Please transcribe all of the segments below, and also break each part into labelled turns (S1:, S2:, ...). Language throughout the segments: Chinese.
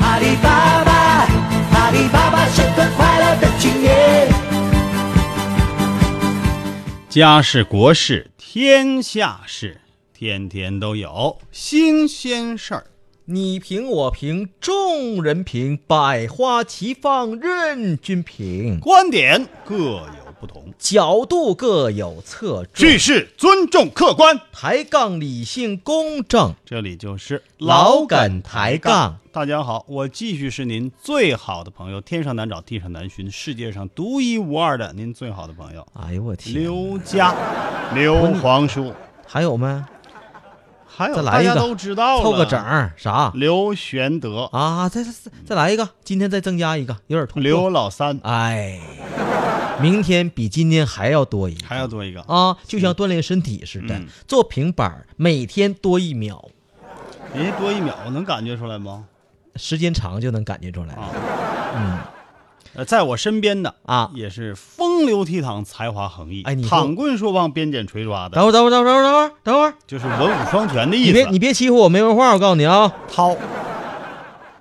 S1: 阿里巴巴，阿里巴巴是个快乐的青年。
S2: 家事国事天下事，天天都有新鲜事儿。
S1: 你评我评，众人评，百花齐放，任君评。
S2: 观点各有不同，
S1: 角度各有侧重，
S2: 叙事尊重客观。
S1: 抬杠理性公正。
S2: 这里就是
S1: 老梗抬杠。
S2: 大家好，我继续是您最好的朋友，天上难找，地上难寻，世界上独一无二的您最好的朋友
S1: 哎呦我天，
S2: 刘家刘皇叔。
S1: 还有没？
S2: 还有
S1: 再
S2: 大
S1: 来一
S2: 家
S1: 个
S2: 都知道了，
S1: 凑个整儿啥
S2: 刘玄德、
S1: 啊？再再再再来一个，今天再增加一个，有点突
S2: 刘老三，
S1: 哎，明天比今天还要多一个
S2: 还要多一个
S1: 啊，就像锻炼身体似的
S2: 嗯，
S1: 做平板儿每天多一秒，
S2: 人家多一秒，能感觉出来吗？
S1: 时间长就能感觉出来。
S2: 啊
S1: 嗯，
S2: 呃，在我身边的
S1: 啊
S2: 也是风流倜傥、才华横溢，
S1: 哎你说
S2: 躺棍说棒、鞭锏锤抓
S1: 等
S2: 的，
S1: 会儿，等会儿，等会儿，等会儿，等会儿，
S2: 就是文武双全的意
S1: 你
S2: 思。
S1: 别你别欺负我没文化，我告诉你啊，
S2: 掏，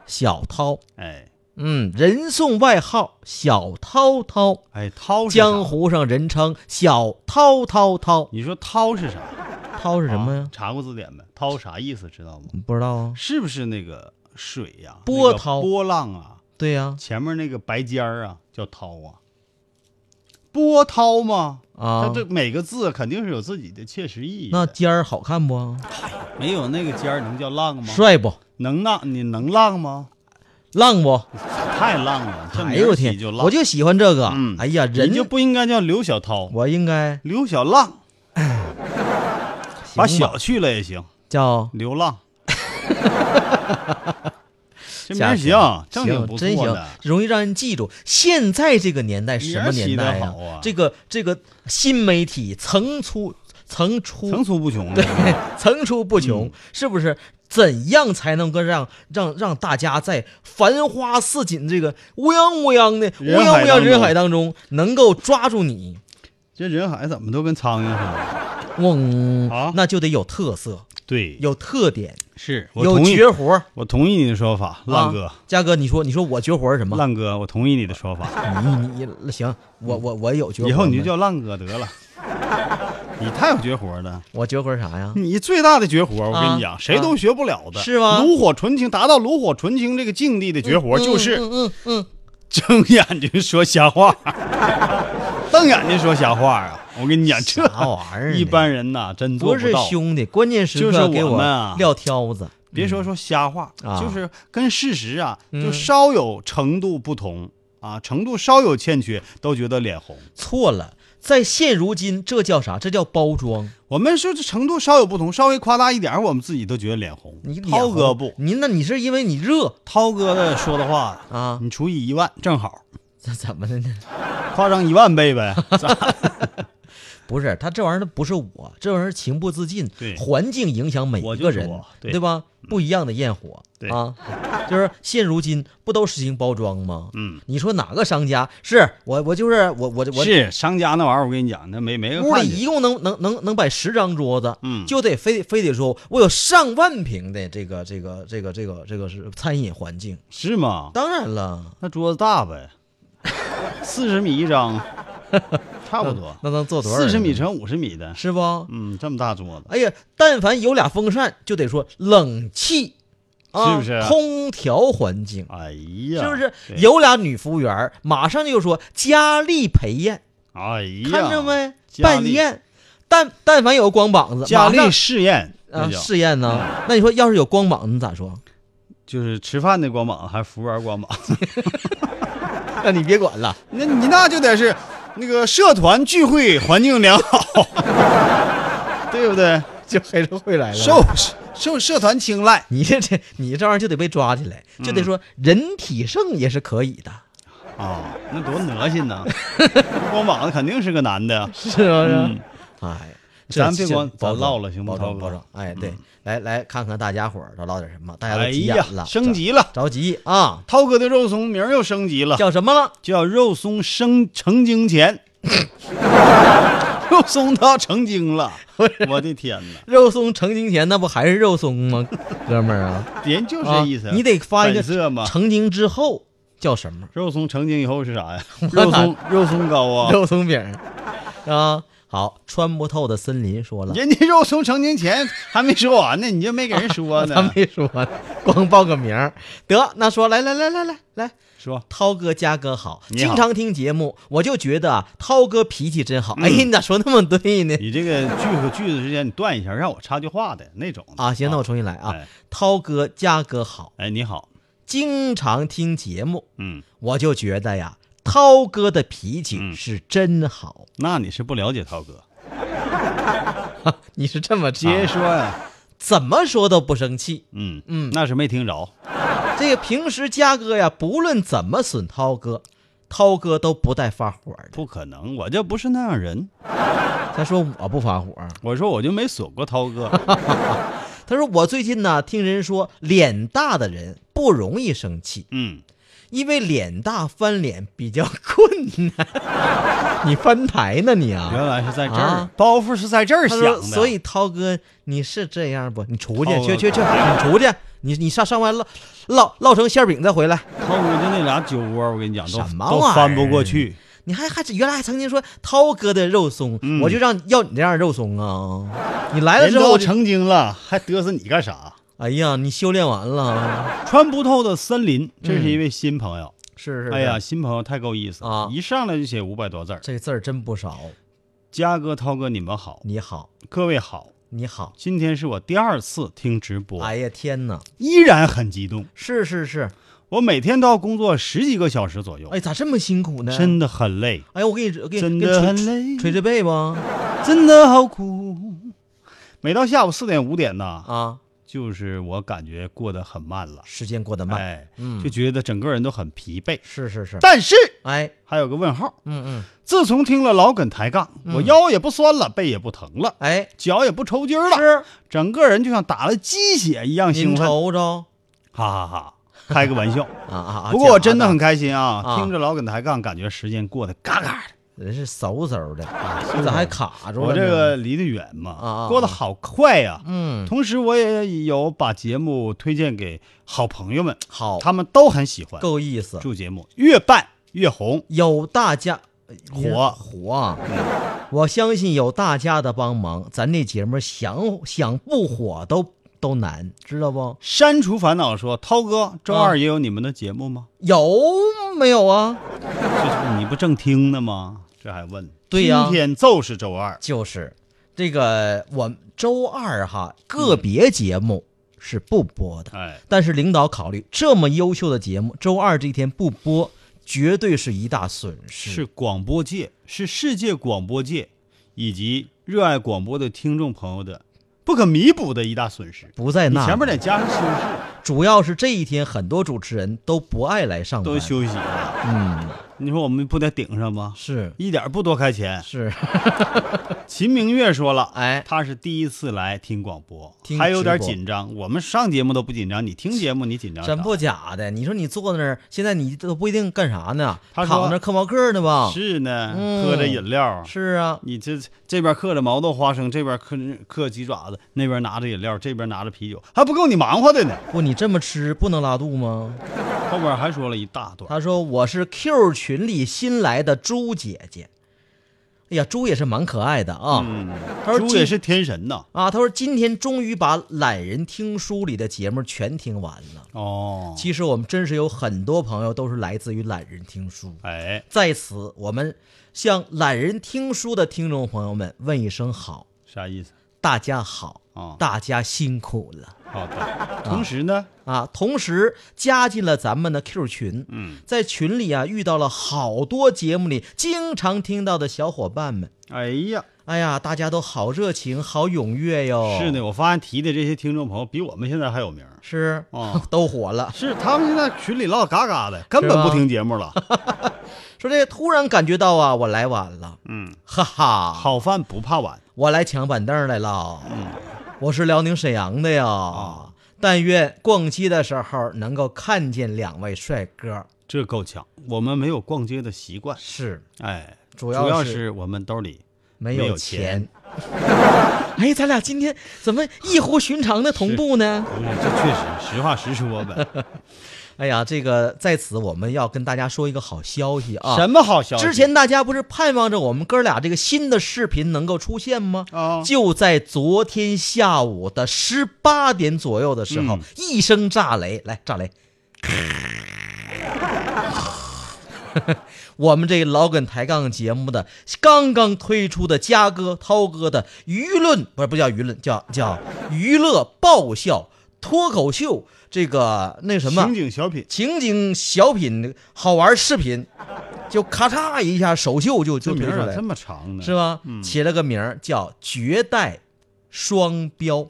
S1: 小涛，
S2: 哎
S1: 嗯，人送外号小涛涛，
S2: 哎，掏是啥
S1: 江。湖上人称小涛涛涛，
S2: 你说掏是啥？
S1: 涛是什么
S2: 啊
S1: 呀？
S2: 查过字典没？掏啥意思？知道吗？
S1: 不知道啊。
S2: 是不是那个水呀、
S1: 波
S2: 那个
S1: 涛
S2: 波浪啊，
S1: 对呀，
S2: 前面那个白尖儿啊，叫涛啊，波涛嘛。
S1: 啊
S2: 它这每个字肯定是有自己的切实意义的。
S1: 那尖儿好看不？
S2: 没有那个尖儿能叫浪吗？
S1: 帅不？
S2: 能浪？你能浪吗？
S1: 浪不？
S2: 太浪了，这
S1: 哎
S2: 名
S1: 呦
S2: 儿
S1: 我
S2: 起
S1: 天
S2: 就，浪。
S1: 我就喜欢这个。
S2: 嗯
S1: 哎呀，人
S2: 你就不应该叫刘小涛，
S1: 我应该
S2: 刘小浪，把
S1: 行吧
S2: 小去了也行，
S1: 叫
S2: 流 浪。这名
S1: 下
S2: 儿
S1: 去
S2: 行，正经不
S1: 真
S2: 错
S1: 行
S2: 的。，
S1: 容易让人记住。现在这个年代
S2: 名
S1: 什
S2: 儿
S1: 么
S2: 起
S1: 年
S2: 得
S1: 代呀
S2: 好啊
S1: 这个这个新媒体层出层出
S2: 层出不穷啊。
S1: 对 层出不穷，
S2: 嗯
S1: 是不是？怎样才能够让让让大家在繁花似锦这个乌泱乌泱的乌
S2: 人海
S1: 泱
S2: 当
S1: 乌泱
S2: 中
S1: 人海当中，能够抓住你？
S2: 这人海怎么都跟苍蝇似的。
S1: 嗡、
S2: 啊
S1: 那就得有特色，
S2: 对，
S1: 有特点，
S2: 是我
S1: 有
S2: 同意，
S1: 绝活儿。
S2: 我同意你的说法，浪哥
S1: 啊，，嘉哥，你说你说我绝活儿是什么？
S2: 浪哥，我同意你的说法。
S1: 你你啊你行，我我我有绝
S2: 嗯
S1: 活儿
S2: 以
S1: 吗。
S2: 后你就叫浪哥得了，你太有绝活了。
S1: 我绝活儿啥呀？
S2: 你最大的绝活，我跟
S1: 啊
S2: 你讲，谁都学不了的，
S1: 是吗
S2: 炉火纯青，达到炉火纯青这个境地的绝活，就是嗯嗯睁眼睛说瞎话，瞪眼睛说瞎话啊！我跟你讲，这
S1: 啥玩意儿呢
S2: 一般人呐，真做
S1: 不是
S2: 到。
S1: 兄弟，关键时
S2: 就是
S1: 刻给
S2: 我们啊
S1: 撂挑子。
S2: 别说说瞎话，
S1: 啊
S2: 就是跟事实啊，
S1: 嗯
S2: 就稍有程度不同啊，程度稍有欠缺，都觉得脸红。
S1: 错了，在现如今，这叫啥？这叫包装。
S2: 我们说这程度稍有不同，稍微夸大一点儿，我们自己都觉得脸红。
S1: 你
S2: 涛
S1: 脸
S2: 哥
S1: 红
S2: 不，
S1: 你那你是因为你热
S2: 涛哥的说的话
S1: 啊？
S2: 你除以一万正好，
S1: 这怎么的呢？
S2: 夸张一万倍 呗。
S1: 不是他这玩意儿，他不是我，这玩意儿情不自禁
S2: 对，
S1: 环境影响每
S2: 我
S1: 一
S2: 就
S1: 个
S2: 是
S1: 人
S2: 我，对嗯
S1: 对吧？不一样的焰火
S2: 对
S1: 啊，就是现如今不都实行包装吗？
S2: 嗯，
S1: 你说哪个商家是我？我就是我，我我
S2: 是商家那玩意儿，我跟你讲，那没没个
S1: 屋
S2: 看
S1: 里
S2: 见。
S1: 一共能能能能摆十张桌子，
S2: 嗯
S1: 就得非非得说我有上万平的这个这个这个这个这个是餐饮环境，
S2: 是吗？
S1: 当然了，
S2: 那桌子大 呗，四十米一张，差不多。
S1: 那能坐多少人
S2: 四
S1: 呢？
S2: 十米乘五十米的，
S1: 是不？
S2: 嗯，这么大桌子，
S1: 哎呀，但凡有俩风扇，就得说冷气，啊、
S2: 是不是
S1: 空调环境？
S2: 哎呀，
S1: 是不是
S2: 对？
S1: 有俩女服务员，马上就说佳丽陪宴，
S2: 哎呀，
S1: 看着？没？
S2: 佳丽
S1: 办宴，但但凡有个光膀子，
S2: 佳
S1: 马
S2: 丽哎
S1: 上
S2: 试验，
S1: 啊
S2: 那叫
S1: 试验呢？那你说要是有光膀子，你咋说？
S2: 就是吃饭的光膀，还是服务员光膀？
S1: 那你别管了。
S2: 那你那就得是那个社团聚会环境良好，对不对？
S1: 就黑社会来了。
S2: 受受社团青睐。
S1: 你这这你这玩意儿就得被抓起来，
S2: 嗯
S1: 就得说人体盛也是可以的，
S2: 啊，那多恶心 呐！光膀子肯 定是个男的，
S1: 是不是？
S2: 嗯
S1: 哎，
S2: 咱
S1: 这
S2: 别光
S1: 这
S2: 咱
S1: 保重
S2: 唠了嗯行吗
S1: 保
S2: 涛
S1: 重
S2: 哥
S1: 保重。哎，对，来来看看大家伙儿都唠点什么，大家
S2: 哎
S1: 都急
S2: 呀
S1: 眼了，，
S2: 升级了，
S1: 着急啊，
S2: 涛哥的肉松名儿又升级了，
S1: 叫什么了？
S2: 叫肉松升成精 前，肉松他成精了，我的天哪，
S1: 肉松成精前那不还是肉松吗， 哥们儿啊？
S2: 人就是
S1: 啊
S2: 这意思。
S1: 你得发一个
S2: 本色嘛。
S1: 成精之后叫什么？
S2: 肉松成精以后是啥呀？
S1: 哪
S2: 肉松肉松糕啊！
S1: 肉松饼 儿啊。好，穿不透的森林说了，
S2: 人家肉松成精前还没说完呢，你就没给人说
S1: 他
S2: 呢。
S1: 没说呢，光报个名儿。得，那说来来来来来来，
S2: 说
S1: 涛哥、嘉哥好，
S2: 你好
S1: 经常听节目，我就觉得啊，涛哥脾气真
S2: 嗯
S1: 好。哎呀，你咋说那么对呢？
S2: 你这个句和句子之间你断一下，让我插句话的那种的
S1: 啊，行，那我重新来啊
S2: 哎。
S1: 涛哥、嘉哥好，
S2: 哎，你好，
S1: 经常听节目，
S2: 嗯，
S1: 我就觉得呀，涛哥的脾气
S2: 嗯
S1: 是真好。
S2: 那你是不了解涛
S1: 啊
S2: 哥，
S1: 你是这么接
S2: 接
S1: 受，
S2: 说呀、
S1: 怎么说都不生气。
S2: 嗯
S1: 嗯
S2: 那是没听着，
S1: 这个平时嘉哥呀，不论怎么损涛哥，涛哥都不带发火的。
S2: 不可能，我这不是那样人，
S1: 他说我不发火，啊
S2: 我说我就没损过涛哥，
S1: 他说我最近呢听人说脸大的人不容易生气，
S2: 嗯，
S1: 因为脸大翻脸比较困难。 你翻台呢你啊？
S2: 原来是在这儿，
S1: 啊
S2: 包袱是在这儿
S1: 他
S2: 想
S1: 说
S2: 的，
S1: 所以涛哥你是这样不？你出去
S2: 涛哥
S1: 去去去，你出去，你你上上完烙烙烙成馅饼再回来。
S2: 涛哥就那俩酒窝，我跟你讲，都
S1: 什么玩
S2: 都
S1: 意儿
S2: 翻不过去，
S1: 你还还原来还曾经说涛哥的肉松，
S2: 嗯
S1: 我就让要你这样的肉松啊！你来了
S2: 人
S1: 之后
S2: 都
S1: 我就，
S2: 成精了，还嘚瑟你干啥？
S1: 哎呀，你修炼完了，
S2: 穿不透的森林，这是一位新朋友，
S1: 是是是，
S2: 哎呀，，新朋友太够意思了
S1: 啊
S2: 一上来就写五百多字儿，
S1: 这字儿真不少。
S2: 嘉哥、涛哥你们好，
S1: 你好，
S2: 各位好。
S1: 你好，
S2: 今天是我第二次听直播，
S1: 哎呀天哪，
S2: 依然很激动。
S1: 是是是，
S2: 我每天都要工作十几个小时左右，
S1: 哎，咋这么辛苦呢？
S2: 真的很累，
S1: 哎呀，我给你，我给
S2: 真
S1: 你，给
S2: 的
S1: 你
S2: 很
S1: 捶
S2: 累，
S1: 捶捶背吧，
S2: 真的好苦。每到下午四点五点呢，
S1: 啊，
S2: 就是我感觉过得很慢了，
S1: 时间过得慢，
S2: 哎，
S1: 嗯
S2: 就觉得整个人都很疲惫。
S1: 是是是，
S2: 但是
S1: 哎，
S2: 还有个问号，
S1: 嗯嗯，
S2: 自从听了老耿抬杠，我腰也不酸了，背也不疼了，
S1: 哎，
S2: 脚也不抽筋了，
S1: 是，
S2: 整个人就像打了鸡血一样
S1: 您
S2: 兴奋，哈
S1: 瞅瞅
S2: 哈哈，开个玩 笑。
S1: 啊啊啊！
S2: 不过我
S1: 假
S2: 真的很开心啊
S1: 啊！
S2: 听着老耿抬杠，感觉时间过得嘎嘎的。
S1: 人是嗖嗖的，你咋还卡住
S2: 啊我
S1: 了呢？
S2: 这个离得远
S1: 啊啊
S2: 嘛
S1: 啊，
S2: 过得好快呀、
S1: 嗯，
S2: 同时，我也有把节目推荐给好朋友们，
S1: 好，
S2: 他们都很喜欢。
S1: 够意思，
S2: 祝节目越办越红。
S1: 有大家
S2: 火
S1: 火啊！我相信有大家的帮忙，咱这节目想想不火都都难，知道不？
S2: 删除烦恼说：“涛哥，周
S1: 啊
S2: 二也有你们的节目吗？
S1: 有没有啊？
S2: 这你不正听呢吗？这还问？
S1: 对呀
S2: 今天就是周二，
S1: 就是这个，我们周二哈
S2: 嗯
S1: 个别节目是不播的，
S2: 哎，
S1: 但是领导考虑这么优秀的节目，周二这一天不播，绝对是一大损失。
S2: 是广播界，是世界广播界以及热爱广播的听众朋友的不可弥补的一大损失。”
S1: 不在
S2: 你
S1: 那，
S2: 前面得加上休息，
S1: 主要是这一天很多主持人都不爱来上班，
S2: 都休息了。
S1: 嗯，
S2: 你说我们不得顶上吗？
S1: 是
S2: 一点不多开钱。
S1: 是，
S2: 秦明月说了，
S1: 哎
S2: 他是第一次来听广播
S1: 听，
S2: 还有点
S1: 直播
S2: 紧张。我们上节目都不紧张，你听节目你紧张啥
S1: 真不假的。你说你坐那儿，现在你都不一定干啥呢，
S2: 他
S1: 躺
S2: 说
S1: 那儿嗑毛嗑呢吧？
S2: 是呢，
S1: 嗯
S2: 喝着饮料，
S1: 是啊，
S2: 你这这边嗑着毛豆花生，这边嗑嗑鸡爪子，那边拿着饮料，这边拿着啤酒，还不够你忙活的呢。
S1: 不你这么吃不能拉肚吗？
S2: 后边还说了一大段，
S1: 他说我是 Q 群里新来的猪姐姐，哎呀，猪也是蛮可爱的啊。
S2: 嗯，
S1: 他说
S2: 猪也
S1: 今
S2: 是天神呐。
S1: 啊，他说今天终于把《懒人听书》里的节目全听完了。
S2: 哦，
S1: 其实我们真是有很多朋友都是来自于《懒人听书》。
S2: 哎，
S1: 在此，我们向懒人听书的听众朋友们问一声好，
S2: 啥意思？
S1: 大家好，
S2: 啊
S1: 大家辛苦了
S2: 好的。同时呢，
S1: 啊！同时加进了咱们的 Q 群，
S2: 嗯，
S1: 在群里啊遇到了好多节目里经常听到的小伙伴们，
S2: 哎呀，
S1: 哎呀，大家都好热情，好踊跃哟。
S2: 是的，我发现提的这些听众朋友比我们现在还有名儿。
S1: 是，
S2: 哦
S1: 都火了。
S2: 是他们现在群里唠嘎嘎的，根
S1: 是
S2: 本
S1: 吧
S2: 不听节目了。
S1: 说这突然感觉到啊，我来晚了，
S2: 嗯，
S1: 哈哈，
S2: 好嗯饭不怕晚，
S1: 我来抢板凳来了。我是辽宁沈阳的呀。
S2: 哦
S1: 但愿逛街的时候能够看见两位帅哥。
S2: 这够呛。我们没有逛街的习惯，
S1: 是，
S2: 哎，
S1: 主
S2: 主
S1: 要是
S2: 是我们兜里
S1: 没
S2: 有
S1: 有。 哎，咱俩今天怎么异乎寻常的同步呢？
S2: 不是，哎这确实，实话实说呗。
S1: 哎呀，这个在此我们要跟大家说一个好消息 啊！
S2: 什么好消息？
S1: 之前大家不是盼望着我们哥俩这个新的视频能够出现吗？
S2: 啊
S1: 就在昨天下午的十八点左右的时候，
S2: 嗯
S1: 一声炸雷，来炸雷， 我们这老梗抬杠节目的刚刚推出的嘉哥、涛哥的舆论不是不叫舆论，叫叫娱乐爆笑脱口秀，这个那什么
S2: 情景小品，
S1: 情景小品、好玩视频，就咔嚓一下首秀就
S2: 这
S1: 就推
S2: 名
S1: 出
S2: 儿啊
S1: 来
S2: 咋这
S1: 了，
S2: 么嗯长呢？
S1: 是吧？起了个名儿叫“绝代双标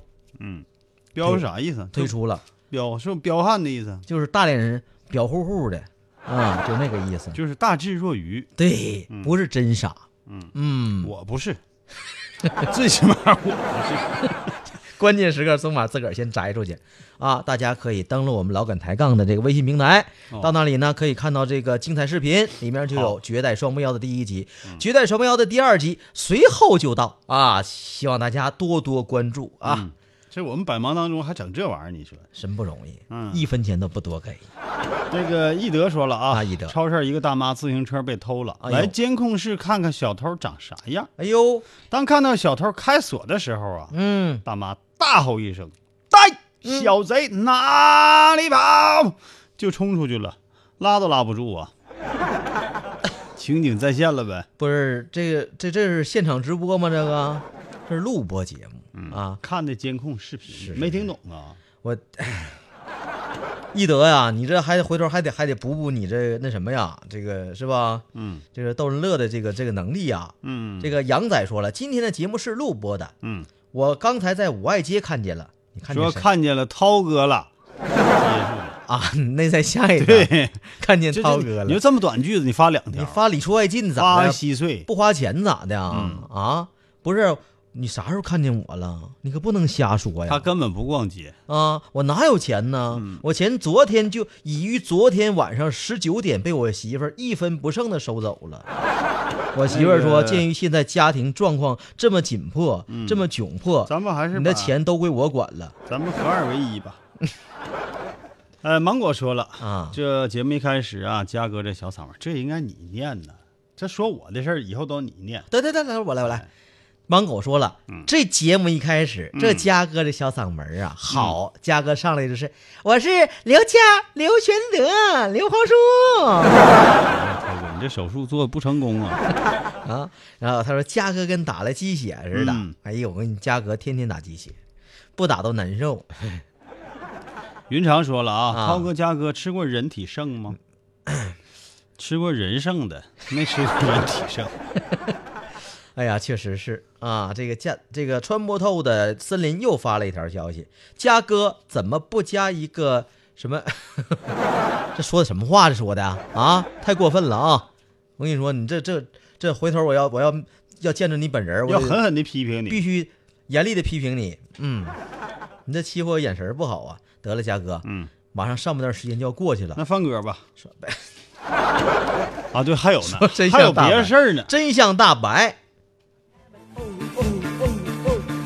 S2: 彪是啥意思？”，
S1: 推出了，
S2: 彪是不是彪悍的意思？
S1: 就是大连人表乎乎的啊、就那个意思。
S2: 就是大智若愚。
S1: 对，不是真傻。嗯
S2: 我不是，最起码我
S1: 关键时刻松马自个儿先摘出去啊！大家可以登录我们老敢抬杠的这个微信平台，到那里呢可以看到这个精彩视频，里面就有《绝代双标》的第一集，绝代双标》的第二集，随后就到啊！希望大家多多关注啊！
S2: 这我们百忙当中还整这玩意儿，你说
S1: 真不容易，
S2: 嗯
S1: 一分钱都不多给。
S2: 那个易德说了啊，
S1: 啊易德
S2: 超市一个大妈自行车被偷了，
S1: 哎呦
S2: 来监控室看看小偷长啥样。
S1: 哎呦，
S2: 当看到小偷开锁的时候啊，
S1: 嗯，
S2: 大妈大吼一声：“呆，小贼哪里跑！”就冲出去了，拉都拉不住啊！ 情景再现了呗，
S1: 不是这个这这是现场直播吗？这个这是录播节目啊！
S2: 看的监控视频，没听懂啊？
S1: 我 一德呀，你这还得回头还得还得补补你这那什么呀，这个是吧？
S2: 嗯
S1: 这个逗人乐的这个这个能力呀。
S2: 嗯
S1: 这个杨仔说了，今天的节目是录播的，
S2: 嗯，
S1: 我刚才在五爱街看见了，你看见
S2: 说
S1: 谁
S2: 看见了涛哥 了，
S1: 啊？ 那在下一个
S2: 对，
S1: 看见
S2: 就
S1: 涛
S2: 就
S1: 哥
S2: 你就
S1: 了，
S2: 这么短句子，你发两
S1: 你
S2: 条，
S1: 发里出外进咋
S2: 发嗯
S1: 的？
S2: 稀碎，
S1: 不花钱咋的啊？啊，不是你啥时候看见我了？你可不能瞎说呀！
S2: 他根本不逛街。
S1: 啊，我哪有钱呢？
S2: 嗯
S1: 我钱昨天就已于昨天晚上十九点被我媳妇儿一分不剩的收走了。我媳妇儿说，
S2: 那个
S1: 鉴于现在家庭状况这么紧迫，这么窘迫，
S2: 嗯咱们还是
S1: 你的
S2: 把
S1: 钱都归我管了。
S2: 咱们合二为一吧。 呃，芒果说了
S1: 啊
S2: 这节目一开始啊，嘉哥这小嗓门，这应该你念呢。这说我的事儿，以后都你念。
S1: 得得得，来我来我
S2: 哎
S1: 来。芒狗说了，
S2: 嗯
S1: 这节目一开始，这嘉哥这小嗓门儿啊，
S2: 嗯
S1: 好，嘉哥上来就是，我是刘佳、刘玄德、刘皇叔。
S2: 哎涛哥，你这手术做得不成功 啊？
S1: 啊，然后他说嘉哥跟打了鸡血似的，
S2: 嗯
S1: 哎呦，我跟你嘉哥天天打鸡血，不打都难受。
S2: 云长说了
S1: 啊
S2: 啊，涛哥、嘉哥吃过人体肾 吗？吃过人剩的，没吃过人体肾。
S1: 哎呀，确实是啊，这个嘉这个穿不透的森林又发了一条消息，嘉哥怎么不加一个什么？ 这说的什么话？这说的啊啊，太过分了啊！我跟你说，你这这这回头我要我要要见着你本 人，我
S2: 要
S1: 得
S2: 狠狠地批评
S1: 必
S2: 你。
S1: 须严厉的批评你。嗯，你这欺负我眼神儿不好啊！得了，嘉哥，
S2: 嗯，
S1: 马上上半段时间就要过去了
S2: 那。范哥吧。啊，对，还有呢
S1: 说真，
S2: 还有
S1: 相大
S2: 别的
S1: 白
S2: 事儿呢。
S1: 真相大白。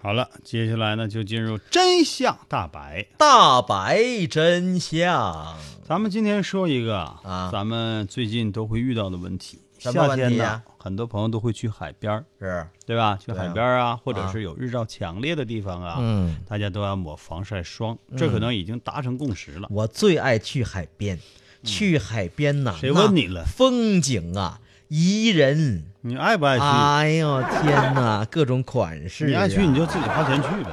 S2: 好了，接下来呢就进入真相大白。
S1: 大白真相，
S2: 咱们今天说一个
S1: 啊
S2: 咱们最近都会遇到的问题。
S1: 什么
S2: 夏
S1: 问
S2: 天
S1: 题
S2: 呢，
S1: 呀
S2: 很多朋友都会去海边儿，
S1: 是，
S2: 对吧？去
S1: 对啊
S2: 海边儿啊，或者
S1: 啊
S2: 是有日照强烈的地方啊，
S1: 嗯，
S2: 大家都要抹防晒霜，这可能已经达成共识了。
S1: 我最爱去海边，去海边呐，
S2: 谁
S1: 那
S2: 问你了
S1: 风景啊，宜人。
S2: 你爱不爱去？
S1: 哎呦天哪，各种款式、啊，
S2: 你爱去你就自己花钱去呗。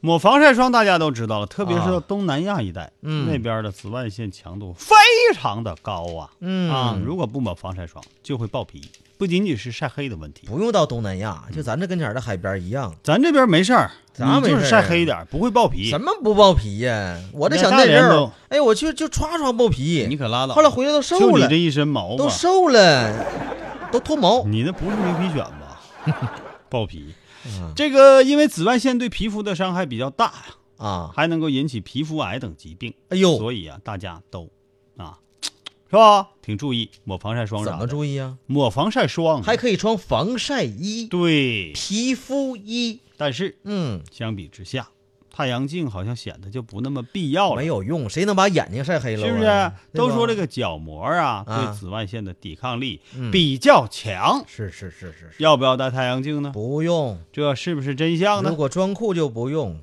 S2: 抹防晒霜大家都知道了，特别是到
S1: 啊
S2: 东南亚一带，
S1: 嗯
S2: 那边的紫外线强度非常的高啊，
S1: 嗯
S2: 啊，如果不抹防晒霜就会爆皮，不仅仅是晒黑的问题。
S1: 不用到东南
S2: 嗯
S1: 亚，就咱这跟前儿的海边一样，
S2: 咱这边没事儿，
S1: 咱
S2: 你就
S1: 没
S2: 是
S1: 事儿啊
S2: 晒黑一点，不会爆皮
S1: 什。么不爆皮呀、我这小
S2: 你看大
S1: 内
S2: 连
S1: 肉
S2: 都，
S1: 哎，我去就歘歘爆皮，
S2: 你可拉倒吧，
S1: 后来回来都瘦
S2: 就你
S1: 了
S2: 这一身毛吧
S1: 都，瘦了，都脱毛。
S2: 你那不是牛皮癣 吧？爆皮。
S1: 嗯
S2: 这个因为紫外线对皮肤的伤害比较大，
S1: 啊，
S2: 还能够引起皮肤癌等疾病。
S1: 哎呦，
S2: 所以啊，大家都啊，是吧？挺注意抹防晒霜啥
S1: 怎
S2: 的。
S1: 么注意啊？
S2: 抹防晒霜
S1: 还可以穿防晒衣、
S2: 对，
S1: 皮肤衣，
S2: 但是
S1: 嗯，
S2: 相比之下，太阳镜好像显得就不那么必要了
S1: 没，有用，谁能把眼睛晒黑了啊？
S2: 是不是？
S1: 对吧
S2: 都说这个角膜啊，
S1: 啊嗯
S2: 对紫外线的抵抗力比较强，
S1: 是是是是是，
S2: 要不要戴太阳镜呢？
S1: 不用，
S2: 这是不是真相
S1: 如
S2: 呢？
S1: 果装酷就不用，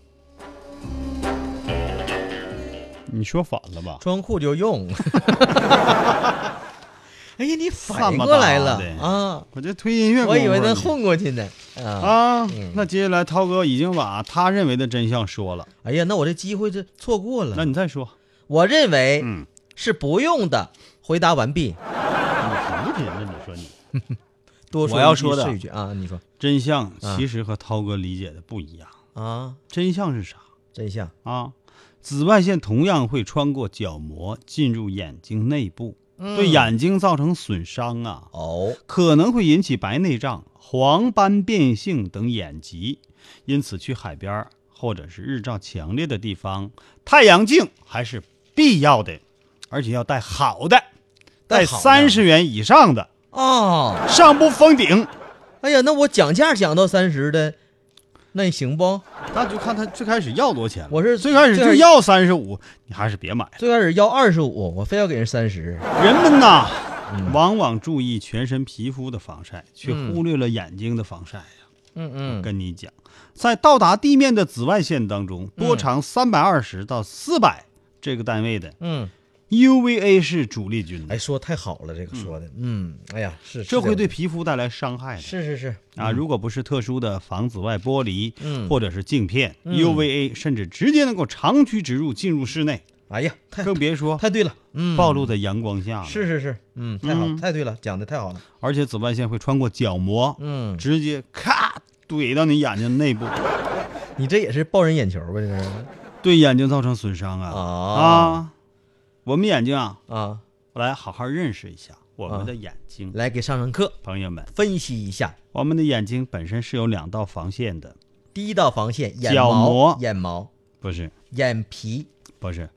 S2: 你说反了吧？
S1: 装酷 就用。哎呀，你反
S2: 散
S1: 应
S2: 吧
S1: 过来
S2: 大
S1: 了
S2: 的
S1: 啊！
S2: 我这推音乐功
S1: 我
S2: 夫呢，
S1: 以为能混过去呢。啊，
S2: 啊。那接下来涛哥已经把他认为的真相说了，
S1: 哎呀，那我这机会这错过了。
S2: 那你再说。
S1: 我认为
S2: 嗯
S1: 是不用的。回答完毕。
S2: 你啊什么品呢？你说你。
S1: 多说
S2: 我要
S1: 一句
S2: 说的
S1: 是一句啊，你说
S2: 真相其实和涛哥理解的不一样。
S1: 啊，
S2: 真相是啥
S1: 真相
S2: 啊？紫外线同样会穿过角膜进入眼睛内部，
S1: 嗯
S2: 对眼睛造成损伤啊，
S1: 哦，
S2: 可能会引起白内障、黄斑变性等眼疾。因此，去海边儿或者是日照强烈的地方，太阳镜还是必要的，而且要戴好的，戴
S1: 戴好的
S2: 三十元以上的，
S1: 哦，
S2: 上不封顶。
S1: 哎呀，那我讲价讲到三十的，那行不？
S2: 那就看他最开始要多少钱了。
S1: 我是
S2: 最开始
S1: 最
S2: 就
S1: 开始
S2: 要三十五，你还是别买了。
S1: 最开始要二十五，我非要给人三十，
S2: 人们呐，
S1: 嗯
S2: 往往注意全身皮肤的防晒，却忽略了眼睛的防晒呀。
S1: 嗯嗯，
S2: 跟你讲，在到达地面的紫外线当中，
S1: 嗯
S2: 多长三百二十到四百这个单位的
S1: 嗯，
S2: UVA 是主力军
S1: 哎，
S2: 的，
S1: 说太好了，这个说的，嗯，哎呀，是是
S2: 这会
S1: 样
S2: 对皮肤带来伤害的。
S1: 是是是，
S2: 啊，如果不是特殊的防紫外玻璃，
S1: 嗯
S2: 或者是镜片、UVA，甚至直接能够长驱直入进入室 内，
S1: 哎呀，太
S2: 更别说
S1: 太对了，嗯，
S2: 暴露在阳光下了。
S1: 是是是，嗯，太好
S2: 嗯，
S1: 太对了，讲的太好了，
S2: 而且紫外线会穿过角膜，
S1: 嗯，
S2: 直接咔怼到你眼睛内部，
S1: 你这也是抱人眼球吧？这是
S2: 对眼睛造成损伤啊！
S1: 哦
S2: 啊，我们眼睛啊，
S1: 啊，
S2: 来好好认识一下我们的眼睛，
S1: 来给上上课，
S2: 朋友们，
S1: 分析一下。
S2: 我们的眼睛本身是有两道防线的，
S1: 第一道防线，眼
S2: 角膜
S1: 毛、眼毛、
S2: 不是
S1: 眼皮、
S2: 不是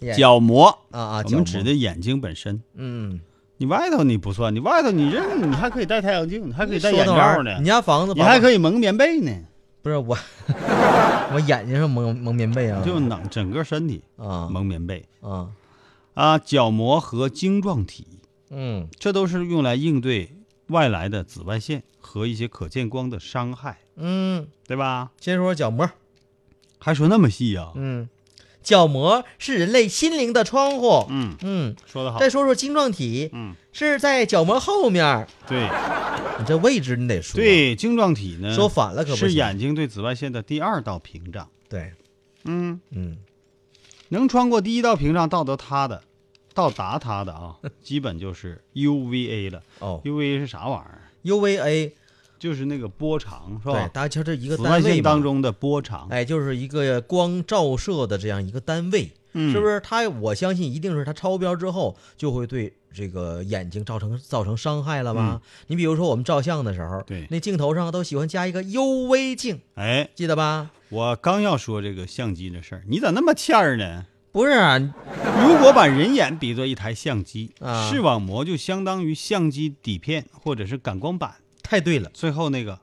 S1: 眼
S2: 角膜，
S1: 啊啊，
S2: 我
S1: 角膜
S2: 们指的眼睛本身。
S1: 嗯，
S2: 你外头你不算，你外头你这你还可以戴太阳镜，你还可以戴
S1: 说
S2: 眼
S1: 那玩意
S2: 罩
S1: 儿
S2: 呢
S1: 你，家房子
S2: 你还
S1: 以
S2: 可以蒙棉被呢，
S1: 不是我，我眼睛上蒙蒙棉被啊，
S2: 就能整个身体
S1: 啊
S2: 蒙棉被
S1: 啊
S2: 啊，角膜和晶状体。
S1: 嗯
S2: 这都是用来应对外来的紫外线和一些可见光的伤害，
S1: 嗯，
S2: 对吧？
S1: 先说说角膜，
S2: 还说那么细呀、
S1: 嗯，角膜是人类心灵的窗户，
S2: 嗯，
S1: 嗯，
S2: 说得好
S1: 再，说说晶状体，
S2: 嗯，
S1: 是在角膜后面儿，
S2: 对
S1: 你这位置你得说，
S2: 对，晶状体呢，
S1: 说反了可不行
S2: 是眼睛对紫外线的第二道屏障，
S1: 对，
S2: 嗯，
S1: 嗯
S2: 能穿过第一道屏障到达它的，到达它的 啊，基本就是 UVA 了。
S1: 哦
S2: UVA 是啥玩意儿？
S1: ，UVA
S2: 就是那个波长，是
S1: 对
S2: 吧，？
S1: 大家瞧这一个
S2: 紫外
S1: 单位
S2: 线
S1: 嘛
S2: 当中的波长，
S1: 哎，就是一个光照射的这样一个单位，
S2: 嗯
S1: 是不是它？我相信一定是它超标之后，就会对这个眼睛造成造成伤害了吧？你比如说我们照相的时候，
S2: 嗯对
S1: 那镜头上都喜欢加一个 UV 镜，
S2: 哎，
S1: 记得吧？
S2: 我刚要说这个相机的事儿，你咋那么欠儿呢？
S1: 不是啊，
S2: 如果把人眼比作一台相机，
S1: 啊
S2: 视网膜就相当于相机底片或者是感光板
S1: 太对了，
S2: 最后那个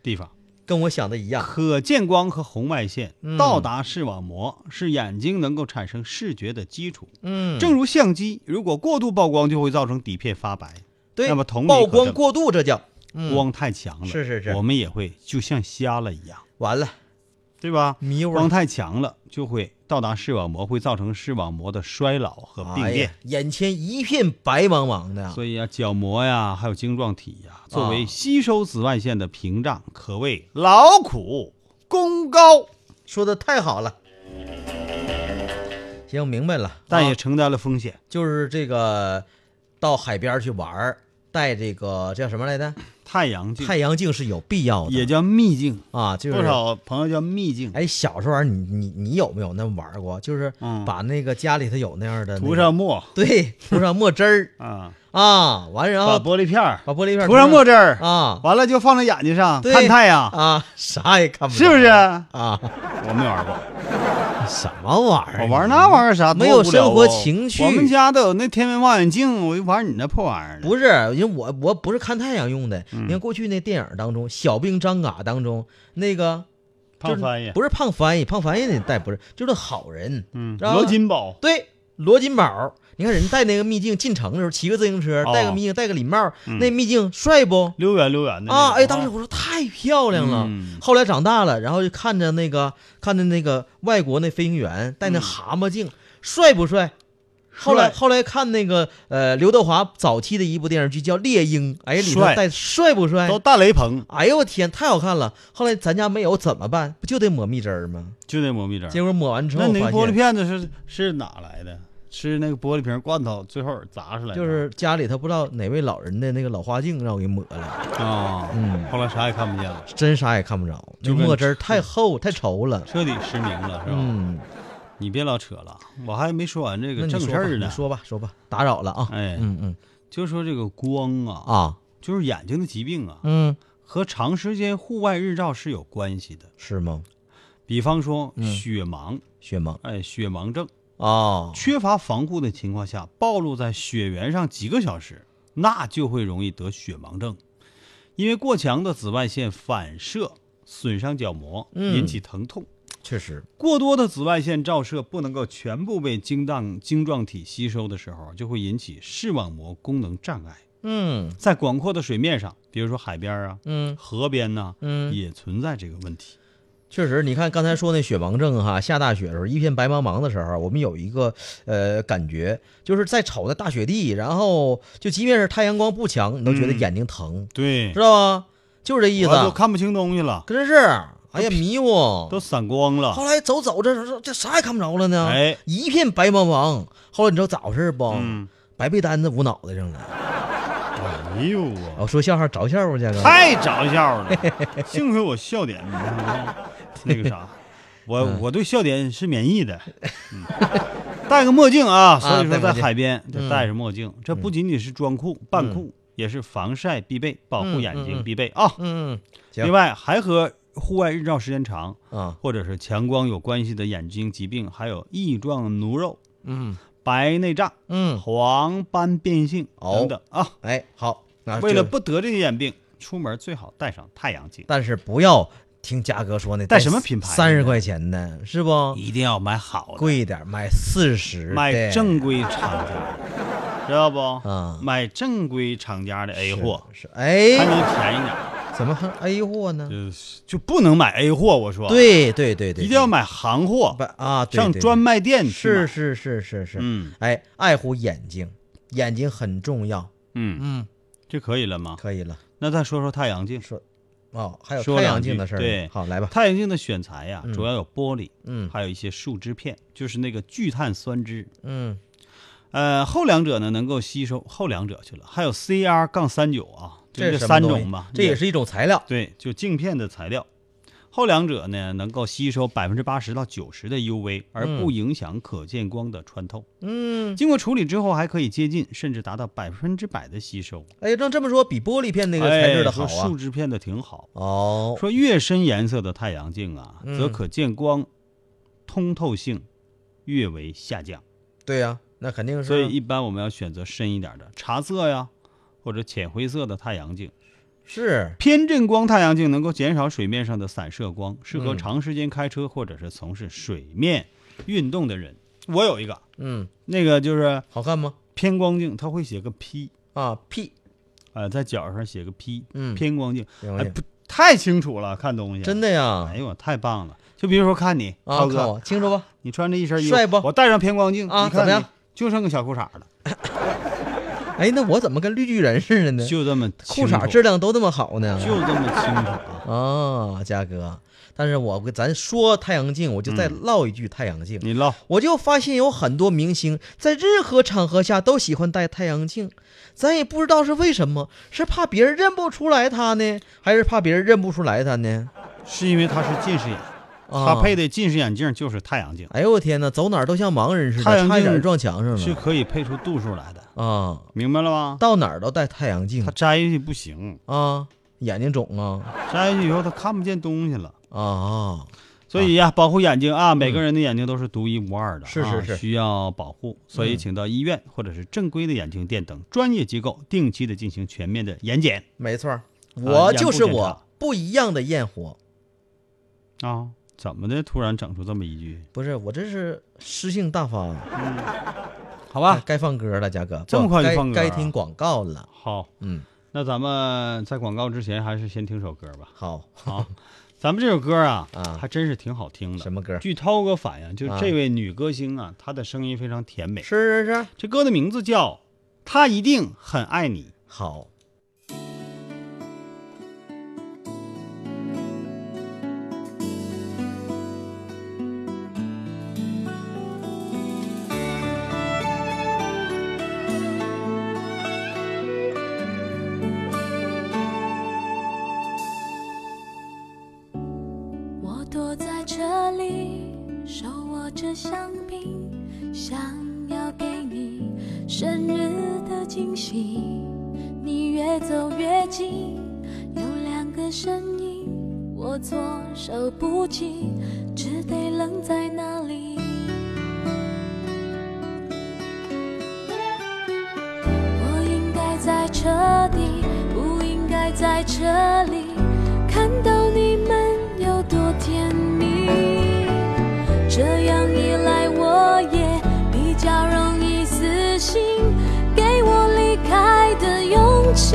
S2: 地方，
S1: 跟我想的一样。
S2: 可见光和红外线
S1: 嗯
S2: 到达视网膜，是眼睛能够产生视觉的基础。
S1: 嗯，
S2: 正如相机，如果过度曝光，就会造成底片发白，
S1: 对，
S2: 那么同理
S1: 曝
S2: 可
S1: 光
S2: 证
S1: 过度，这叫
S2: 光太强了，
S1: 嗯是是是
S2: 我们也会就像瞎了一样，
S1: 完了，
S2: 对吧？
S1: 迷糊了
S2: 光太强了就会到达视网膜，会造成视网膜的衰老和病
S1: 哎
S2: 变
S1: 呀。眼前一片白茫茫的呀。
S2: 所以啊，角膜呀，还有晶状体呀，作为
S1: 啊
S2: 吸收紫外线的屏障，可谓劳苦功高，
S1: 说的太好了。行，明白了。
S2: 但
S1: 啊
S2: 也承担了风险。
S1: 就是这个到海边去玩儿，戴这个叫什么来着？
S2: 太阳镜
S1: 太阳镜是有必要的，
S2: 也叫秘镜，
S1: 啊，就是
S2: 多少朋友叫秘镜，
S1: 哎，小时候你你你有没有那么玩过？就是
S2: 嗯
S1: 把那个家里头有那样的那个
S2: 涂上墨
S1: 对，涂上墨汁儿
S2: 啊，
S1: 啊，哦完然
S2: 把
S1: 后
S2: 玻璃片儿
S1: 把玻璃片
S2: 涂上墨汁儿，
S1: 啊
S2: 完了就放在眼睛上
S1: 对
S2: 看太阳，
S1: 啊，啥也看不
S2: 是不是？
S1: 啊，
S2: 我没玩过，
S1: 什么玩意儿？
S2: 我玩那玩意儿啥？
S1: 没有
S2: 多无聊
S1: 生活
S2: 哦
S1: 情趣
S2: 我们家都有那天文望远镜，我就玩你那破玩意儿呢。
S1: 不是，因为我我不是看太阳用的。
S2: 嗯
S1: 你看过去那电影当中，《小兵张嘎》当中那个
S2: 胖
S1: 就是
S2: 翻译
S1: 不是胖翻译，胖翻译那戴不是，就是好人，
S2: 嗯，
S1: 知道
S2: 罗
S1: 吧
S2: 金宝
S1: 对罗金宝。你看人戴那个秘镜进城的时候，骑个自行车，
S2: 哦嗯
S1: 戴个秘镜，戴个礼帽，那秘镜帅不？
S2: 溜圆溜圆的
S1: 啊，
S2: 那
S1: 哎，
S2: 种
S1: 当时我说太漂亮了。
S2: 嗯
S1: 后来长大了，然后就看着那个看着那个外国那飞行员戴那
S2: 嗯
S1: 蛤蟆镜，帅不帅？后来
S2: 帅
S1: 后来看那个呃刘德华早期的一部电视剧叫《猎鹰》，哎，里头
S2: 帅
S1: 戴帅不帅
S2: 都？大雷朋，
S1: 哎呦我天，太好看了！后来咱家没有怎么办？不就得抹蜜汁儿吗？
S2: 就那磨蜜汁儿。
S1: 结果抹完之后
S2: 那
S1: 发
S2: 你那
S1: 现，
S2: 玻璃片子是是哪来的？是那个玻璃瓶罐头最后砸出来的？
S1: 就是家里头不知道哪位老人的那个老花镜让我给抹了，
S2: 啊，
S1: 嗯
S2: 后来啥也看不见了，
S1: 真啥也看不着，那
S2: 就跟啊
S1: 墨汁儿太厚太稠了。
S2: 彻底失明了，是吧？
S1: 嗯，
S2: 你别老扯了，我还没说完这
S1: 那
S2: 个
S1: 你
S2: 正
S1: 说
S2: 事
S1: 吧
S2: 儿呢
S1: 你。说吧说吧，打扰了啊。
S2: 哎
S1: 嗯嗯
S2: 就说这个光啊，
S1: 啊
S2: 就是眼睛的疾病啊，
S1: 嗯，
S2: 和长时间户外日照是有关系的。
S1: 是吗？
S2: 比方说
S1: 嗯
S2: 雪盲，
S1: 雪盲
S2: 哎，雪盲症，
S1: 哦，
S2: 缺乏防护的情况下，暴露在雪原上几个小时，那就会容易得雪盲症，因为过强的紫外线反射损伤角膜，
S1: 嗯
S2: 引起疼痛。
S1: 确实，
S2: 过多的紫外线照射不能够全部被晶状晶状体吸收的时候，就会引起视网膜功能障碍。
S1: 嗯
S2: 在广阔的水面上，比如说海边啊、
S1: 嗯
S2: 河边呐、
S1: 嗯，
S2: 也存在这个问题。
S1: 确实，你看刚才说那雪盲症哈，下大雪的时候，一片白茫茫的时候，我们有一个呃感觉，就是在炒的大雪地，然后就即便是太阳光不强，你都
S2: 嗯
S1: 觉得眼睛疼，
S2: 对
S1: 知，道吗？就是这意思
S2: 我，都看不清东西了，
S1: 可真是，哎呀迷糊。
S2: 都散光了。
S1: 后来走走着这这啥也看不着了呢，
S2: 哎
S1: 一片白茫茫。后来你知道咋回事不？
S2: 嗯
S1: 白被单子捂脑袋上了。
S2: 哎呦我
S1: 我、说笑话着笑话去了。
S2: 太着笑 了，幸亏我笑点你看啊那个啥，我
S1: 嗯
S2: 我对笑点是免疫 的。嗯戴个墨镜啊，所以说
S1: 戴
S2: 在
S1: 墨镜嗯
S2: 海边得戴着墨镜，这不仅仅是装酷、扮酷，也是防晒必备，保护眼睛必备啊。
S1: 嗯，行
S2: 另外还和户外日照时间长
S1: 啊，
S2: 或者是强光有关系的眼睛疾病，还有翼状顱肉、
S1: 嗯
S2: 白内障、
S1: 嗯，
S2: 黄斑变性等等啊。
S1: 哎，好，那
S2: 为了
S1: 就，
S2: 不得这些眼病，出门最好戴上太阳镜。
S1: 但是不要听嘉哥说那
S2: 带什么品牌的
S1: 三十块钱的，是不？
S2: 一定要买好的，
S1: 贵一点，买四十，
S2: 买
S1: 对
S2: 正规厂家的，知道不？
S1: 啊
S2: 买正规厂家的 A 货，
S1: 是
S2: 还
S1: 哎，
S2: 能便宜点。
S1: 怎么还 A 货呢？
S2: 就是就不能买 A 货，我说，，
S1: 对对对对，
S2: 一定要买行货
S1: 不，啊，对
S2: 上
S1: 对
S2: 专卖店去
S1: 是
S2: 买。
S1: 是是是是，
S2: 嗯
S1: 哎，爱护眼睛，眼睛很重要。
S2: 嗯，
S1: 嗯，
S2: 这可以了吗？
S1: 可以了。
S2: 那再说说太阳镜，
S1: 说哦，还有
S2: 说
S1: 太阳
S2: 两句
S1: 镜的事儿呢。
S2: 对
S1: 好，来吧。
S2: 太阳镜的选材呀，主要有玻璃，
S1: 嗯
S2: 还有一些树脂片，就是那个聚碳酸酯。
S1: 嗯，
S2: 呃，后两者呢能够吸收后两者去了，还有 CR 杠三九啊，就
S1: 这是什么
S2: 三
S1: 东西
S2: 种吧，
S1: 这也是一种材料。
S2: 对，就镜片的材料。后两者呢能够吸收百分之八十到九十的 UV，而不影响可见光的穿透。
S1: 嗯，
S2: 经过处理之后，还可以接近甚至达到百分之百的吸收。
S1: 哎，那这么说，比玻璃片那个材质的
S2: 哎
S1: 好
S2: 说
S1: 啊
S2: 树。脂片的挺好。
S1: 哦，
S2: 说越深颜色的太阳镜啊，
S1: 嗯
S2: 则可见光通透性越为下降。
S1: 对呀、那肯定是。啊
S2: 所以一般我们要选择深一点的茶色呀，或者浅灰色的太阳镜，
S1: 是
S2: 偏振光太阳镜能够减少水面上的散射光，适合
S1: 嗯
S2: 长时间开车或者是从事水面运动的人。我有一个，
S1: 嗯，
S2: 那个就是
S1: 好看吗？
S2: 偏光镜，它会写个 P，
S1: 啊，P
S2: 呃，在角上写个 P，
S1: 嗯
S2: 偏光镜，
S1: 偏光
S2: 哎，
S1: 镜
S2: 不太清楚了，看东西
S1: 真的呀
S2: 哎呦，太棒了！就比如说哎看你，
S1: 啊，
S2: 涛
S1: 看我
S2: 哥，
S1: 清楚吧？
S2: 你穿着一身衣服，
S1: 帅不
S2: 我戴上偏光镜，
S1: 啊
S2: 你
S1: 怎
S2: 看
S1: 么样
S2: 你就剩个小裤衩了，
S1: 哎，那我怎么跟绿巨人似的呢？
S2: 就这么
S1: 裤
S2: 清楚
S1: 衩质量都那么好呢？
S2: 就这么清楚啊！
S1: 啊，嘉哥，但是我跟咱说太阳镜，我就再唠一句太阳镜。
S2: 你唠，
S1: 我就发现有很多明星在任何场合下都喜欢戴太阳镜，咱也不知道是为什么，是怕别人认不出来他呢，还是怕别人认不出来他呢？
S2: 是因为他是近视眼，
S1: 啊
S2: 他配的近视眼镜就是太阳镜，
S1: 哎呦我天哪，走哪儿都像盲人似
S2: 太
S1: 的，
S2: 阳
S1: 差一点
S2: 镜
S1: 撞墙上
S2: 是
S1: 了
S2: 可以配出度数来的，嗯
S1: 啊！
S2: 嗯明白了吗？
S1: 到哪儿都戴太阳镜
S2: 他摘下去不行，
S1: 啊，眼睛肿啊
S2: 摘下去以后他看不见东西了。
S1: 啊啊！
S2: 所以呀、保护眼睛啊，每个人的眼睛都是嗯独一无二的，
S1: 是
S2: 啊
S1: 是是
S2: 需要保护。所以，请到医院或者是正规的眼镜店等专业机构定期的进行全面的眼检
S1: 没错儿，我
S2: 啊眼
S1: 就
S2: 部
S1: 是
S2: 检
S1: 我
S2: 查，
S1: 不一样的焰火。
S2: 啊。怎么的，突然整出这么一句？
S1: 不是我这是诗性大发
S2: 好
S1: 啊
S2: 吧，，
S1: 该放歌了，嘉哥，
S2: 啊这么快就
S1: 该
S2: 放歌
S1: 该
S2: 啊
S1: 听广告了。
S2: 好，
S1: 嗯，
S2: 那咱们在广告之前，还是先听首歌吧。
S1: 好，
S2: 好，咱们这首歌啊，
S1: 啊
S2: 还真是挺好听的。
S1: 什么歌
S2: 据涛哥反映，就是
S1: 啊
S2: 这位女歌星啊，她的声音非常甜美。
S1: 是是是，
S2: 这歌的名字叫《她一定很爱你》。
S1: 好，
S3: 我躲在这里，手握着香槟，想要给你生日的惊喜。你越走越近，有两个身影，我措手不及，只得愣在那里。我应该在这里，不应该在这里看到你们有多甜蜜。这样一来，我也比较容易死心，给我离开的勇气。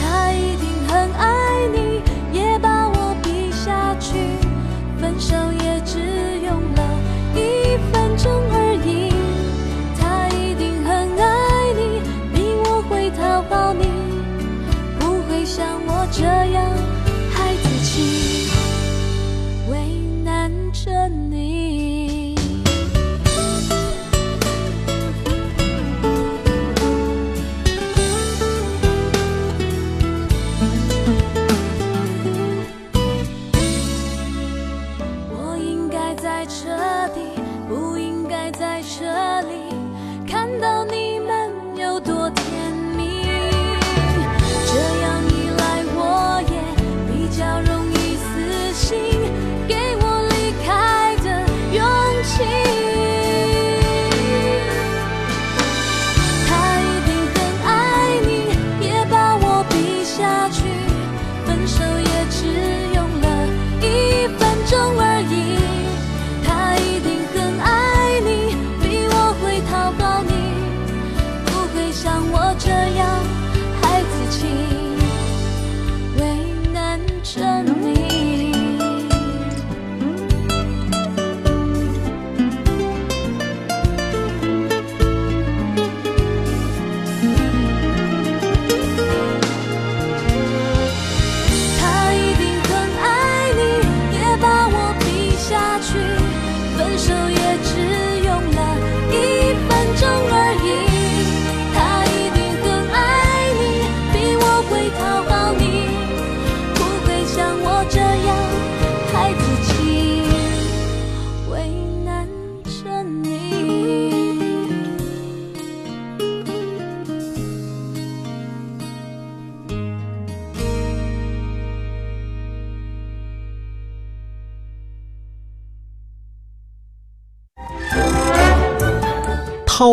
S3: 他一定很爱你，也把我比下去，分手也只用了一分钟而已。他一定很爱你，比我会讨好你，不会像我这样孩子气，为难着你。我应该在这里，不应该在这里看到你们有多甜蜜。这样一来，我也比较容易死心，给我离开的勇气。他一定很爱你，也把我比下去，分手也只用了一分钟而已。他一定很爱你，比我会讨好你，不会像我这样孩子气，为难着你。他一定很爱你，也把我比下去，分手也只用了一分钟而已。他一定很爱你，比我会讨好你，不会像我这样孩子气，为难着你。
S1: 涛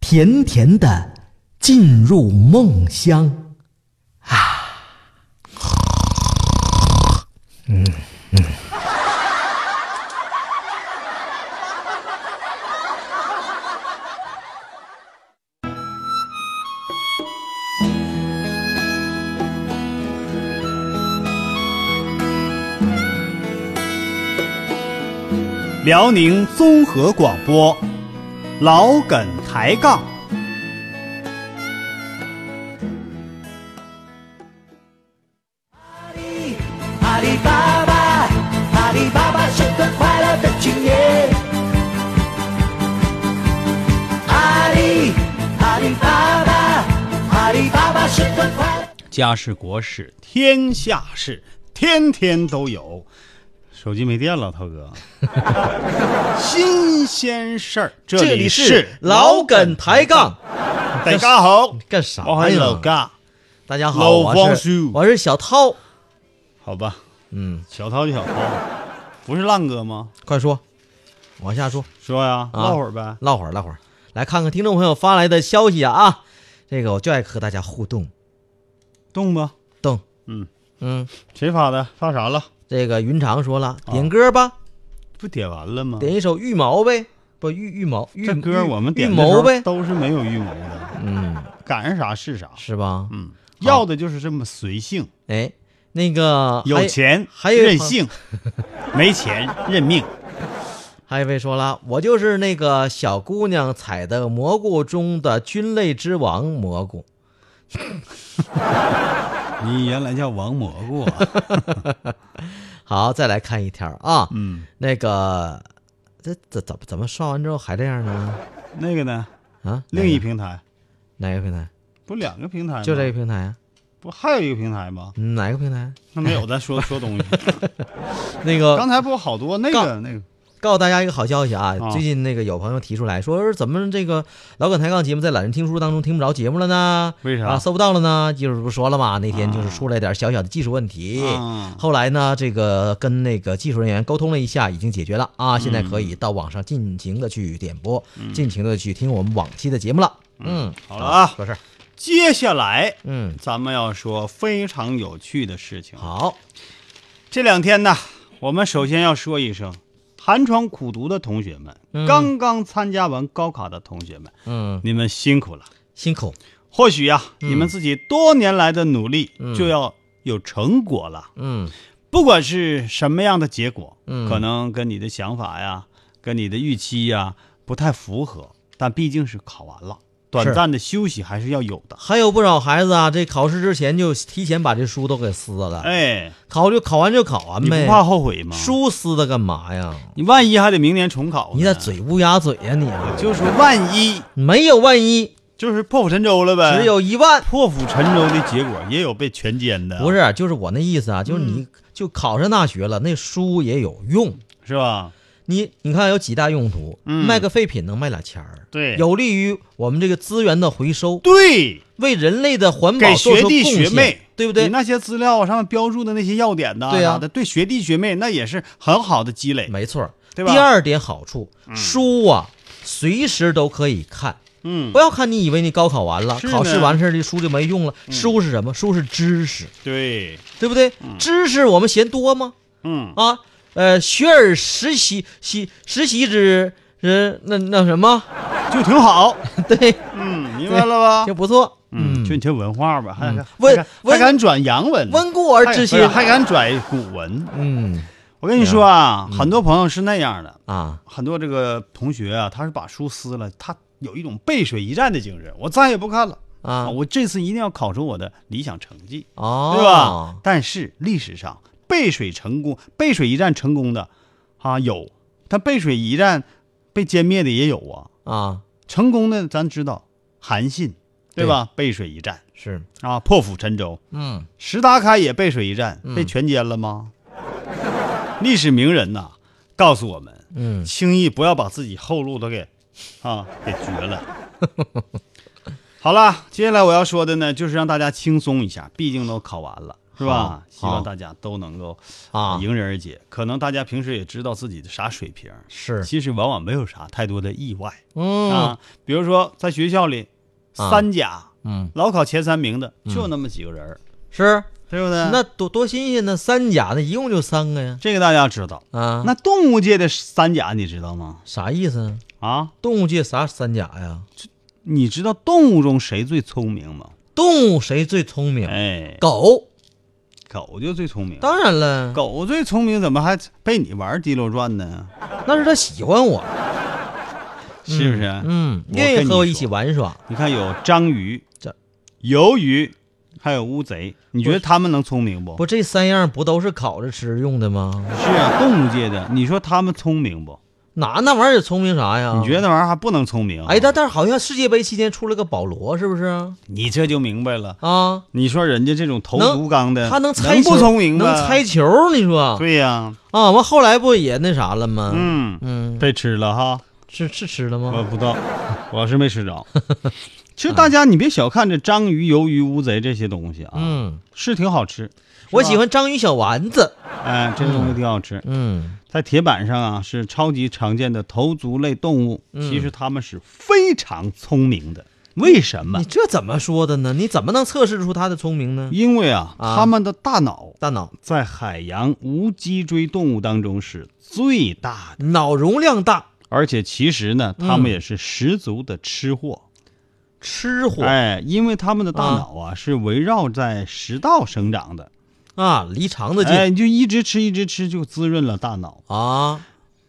S1: 甜甜的进入梦乡。
S2: 辽宁综合广播，老梗抬杠。
S4: 阿里巴巴，阿里巴巴是个快乐的青年。阿里，阿里巴巴，阿里巴巴是个快乐。
S2: 家事国事天下事，天天都有。手机没电了，涛 哥。新鲜事儿，这里
S1: 老梗抬杠，
S2: 大家 好，
S1: 干啥
S2: 我喊老
S1: 呀？
S2: 嘎，
S1: 大家好，
S2: 哎老
S1: 我
S2: 王
S1: 是
S2: 叔
S1: 我是小涛。
S2: 好吧，
S1: 嗯，
S2: 小涛就小涛，不是浪哥吗？
S1: 快说，往下说，
S2: 说呀，
S1: 啊
S2: 唠会儿呗。
S1: 唠会儿，唠会儿，来看看听众朋友发来的消息啊啊！这个我就爱和大家互动
S2: 动吧，
S1: 动。
S2: 嗯
S1: 嗯，
S2: 谁发的？发啥了？
S1: 这个云长说
S2: 啊
S1: 了，点歌吧，
S2: 不点完了吗？
S1: 啊点一首《预谋》呗，不预预谋，预
S2: 这歌我们
S1: 预
S2: 点的时
S1: 谋
S2: 候
S1: 呗，
S2: 都是没有预谋的，
S1: 嗯，
S2: 赶上啥是啥。
S1: 是吧？
S2: 嗯，要的就是这么随性，
S1: 哎，那个
S2: 有钱
S1: 还有一
S2: 任
S1: 朋
S2: 性， 没钱认命。
S1: 还有一位说了，我就是那个小姑娘采的蘑菇中的菌类之王蘑菇。
S2: 你原来叫王蘑菇啊？
S1: 好，再来看一条啊，
S2: 嗯，
S1: 那个这这怎么怎么刷完之后还这样呢？
S2: 那个呢？
S1: 啊，
S2: 另一
S1: 哪个
S2: 平台
S1: 哪个平台？
S2: 不两个平台吗？
S1: 就这个平台啊？
S2: 不还有一个平台吗？
S1: 嗯，哪个平台啊？
S2: 那没 有，咱说说东西。
S1: 那个
S2: 呃刚才不好多那个
S1: 杠
S2: 那个，
S1: 告诉大家一个好消息啊！
S2: 啊
S1: 最近那个有朋友提出来说，哎怎么这个老梗抬杠节目在懒人听书当中听不着节目了呢？
S2: 为啥
S1: 啊，搜不到了呢？就是不说了嘛，那天就是出了点小小的技术问题。
S2: 啊
S1: 后来呢，这个跟那个技术人员沟通了一下，已经解决了
S2: 嗯
S1: 啊，现在可以到网上尽情的去点播，尽情的去听我们往期的节目了。嗯，
S2: 好了啊
S1: 说事儿。
S2: 接下来
S1: 嗯，
S2: 咱们要说非常有趣的事情。
S1: 好，
S2: 这两天呢，我们首先要说一声，寒窗苦读的同学们，刚刚参加完高考的同学们，
S1: 嗯，
S2: 你们辛苦了。
S1: 辛苦，
S2: 或许
S1: 嗯
S2: 呀、你们自己多年来的努力就要有成果了。
S1: 嗯
S2: 不管是什么样的结果，
S1: 嗯
S2: 可能跟你的想法呀、跟你的预期呀不太符合，但毕竟是考完了，短暂的休息还是要有的。
S1: 还有不少孩子啊，这考试之前就提前把这书都给撕了，
S2: 哎，
S1: 考就考完就考啊完
S2: 你
S1: 呗，
S2: 不怕后悔吗？
S1: 书撕的干嘛呀？
S2: 你万一还得明年重考呢，
S1: 你咋嘴乌鸦嘴呀、你啊？
S2: 就说万一
S1: 没有万一，
S2: 就是破釜沉舟了呗。
S1: 只有一万。
S2: 破釜沉舟的结果，也有被全歼的，
S1: 不是，就是我那意思啊，就是
S2: 嗯
S1: 你就考上大学了，那书也有用。
S2: 是吧？
S1: 你你看有几大用途，
S2: 嗯
S1: 卖个废品能卖俩钱儿，
S2: 对
S1: 有利于我们这个资源的回收，
S2: 对，
S1: 为人类的环保
S2: 给学
S1: 做出贡
S2: 弟
S1: 献，
S2: 学妹，
S1: 对不对
S2: 你？那些资料上面标注的那些要点呐，
S1: 对呀啊
S2: 啥的，对学弟学妹那也是很好的积累。
S1: 没错儿。
S2: 对吧
S1: 第二点好处，书啊，随时都可以看。
S2: 嗯
S1: 不，要看你以为你高考完了，
S2: 是呢嗯
S1: 考试完事儿这书就没用了。书是什么？书是知识，
S2: 对，
S1: 对不对？知识我们嫌多吗？
S2: 嗯，
S1: 啊，呃，学而时习习时习之，呃，那那什么，
S2: 就挺好。
S1: 对，
S2: 嗯，明白了吧？
S1: 就不错。
S2: 嗯，就你这文化吧，还还
S1: 温
S2: 还
S1: 温
S2: 还敢转洋文，
S1: 温故而知新
S2: 哎还还敢转古文。
S1: 嗯
S2: 我跟你说啊，很多朋友是那样的，
S1: 啊，
S2: 很多这个同学啊，他是把书撕了，他有一种背水一战的精神，我再也不看了
S1: 啊
S2: 我这次一定要考出我的理想成绩，
S1: 哦，
S2: 对吧？？但是历史上背水成功、背水一战成功的啊有，但背水一战被歼灭的也有啊。
S1: 啊
S2: 成功的咱知道韩信，对吧？背水一战
S1: 是，
S2: 啊，破釜沉舟。
S1: 嗯，
S2: 石达开也背水一战，被全歼了吗？历史名人呐、告诉我们，
S1: 嗯
S2: 轻易不要把自己后路都给啊给绝了。好了，接下来我要说的呢，就是让大家轻松一下，毕竟都考完了，是吧？希
S1: 好
S2: 望大家都能够
S1: 啊
S2: 迎刃而解。可能大家平时也知道自己的啥水平，
S1: 是，
S2: 其实往往没有啥太多的意外、
S1: 嗯
S2: 啊。比如说在学校里，
S1: 啊
S2: 三甲、
S1: 嗯
S2: 老考前三名的就那么几个人儿，
S1: 是，
S2: 对不对？
S1: 那多多新鲜呢！三甲那一共就三个呀，
S2: 这个大家知道。
S1: 啊，
S2: 那动物界的三甲你知道吗？
S1: 啥意思啊？
S2: 啊，
S1: 动物界啥三甲呀？
S2: 嗯你知道动物中谁最聪明吗？
S1: 动物谁最聪明？
S2: 哎，
S1: 狗，
S2: 狗就最聪明。
S1: 嗯当然了，
S2: 狗最聪明，怎么还被你玩滴溜转呢？
S1: 那是它喜欢我，
S2: 是不是？
S1: 嗯，
S2: 我
S1: 愿
S2: 跟
S1: 意
S2: 你
S1: 和我一
S2: 说
S1: 起玩耍。
S2: 你看有章鱼、
S1: 这
S2: 鱿鱼，还有乌贼，你觉得它们能聪明不？
S1: 不，这三样不都是烤着吃用的吗？
S2: 是啊，动物界的，你说它们聪明不？
S1: 哪那玩意儿聪明啥呀？
S2: 你觉得？那玩意儿还不能聪明啊？
S1: 嗯哎，但但是好像世界杯期间出了个保罗，是不是啊？
S2: 你这就明白了。
S1: 啊，
S2: 你说人家这种投
S1: 能
S2: 毒缸的，
S1: 他能猜球，
S2: 不聪明吗？
S1: 能猜球，你说
S2: 对呀、
S1: 啊？完后来不也那啥了吗？
S2: 嗯，
S1: 嗯，
S2: 被吃了哈。
S1: 是是吃了
S2: 我
S1: 吗？
S2: 不知 道，我是没吃着。其实大家你别小看这章鱼、鱿鱼、乌贼这些东西啊，
S1: 嗯，
S2: 是挺好吃。
S1: 我喜欢章鱼小丸子。
S2: 哎，这东西挺好吃。
S1: 嗯，
S2: 在铁板上啊，是超级常见的头足类动物，
S1: 嗯
S2: 其实它们是非常聪明的。为什么
S1: 你？这怎么说的呢？你怎么能测试出他的聪明呢？
S2: 因为啊，
S1: 啊
S2: 它们的大脑
S1: 大脑
S2: 在海洋无脊椎动物当中是最大的，
S1: 脑容量大，
S2: 而且其实呢，它
S1: 嗯
S2: 们也是十足的吃货。
S1: 吃货、
S2: 哎，因为它们的大
S1: 啊
S2: 脑啊是围绕在食道生长的，
S1: 啊，离肠子近、
S2: 哎，你就一直吃一直吃，就滋润了大脑。
S1: 啊，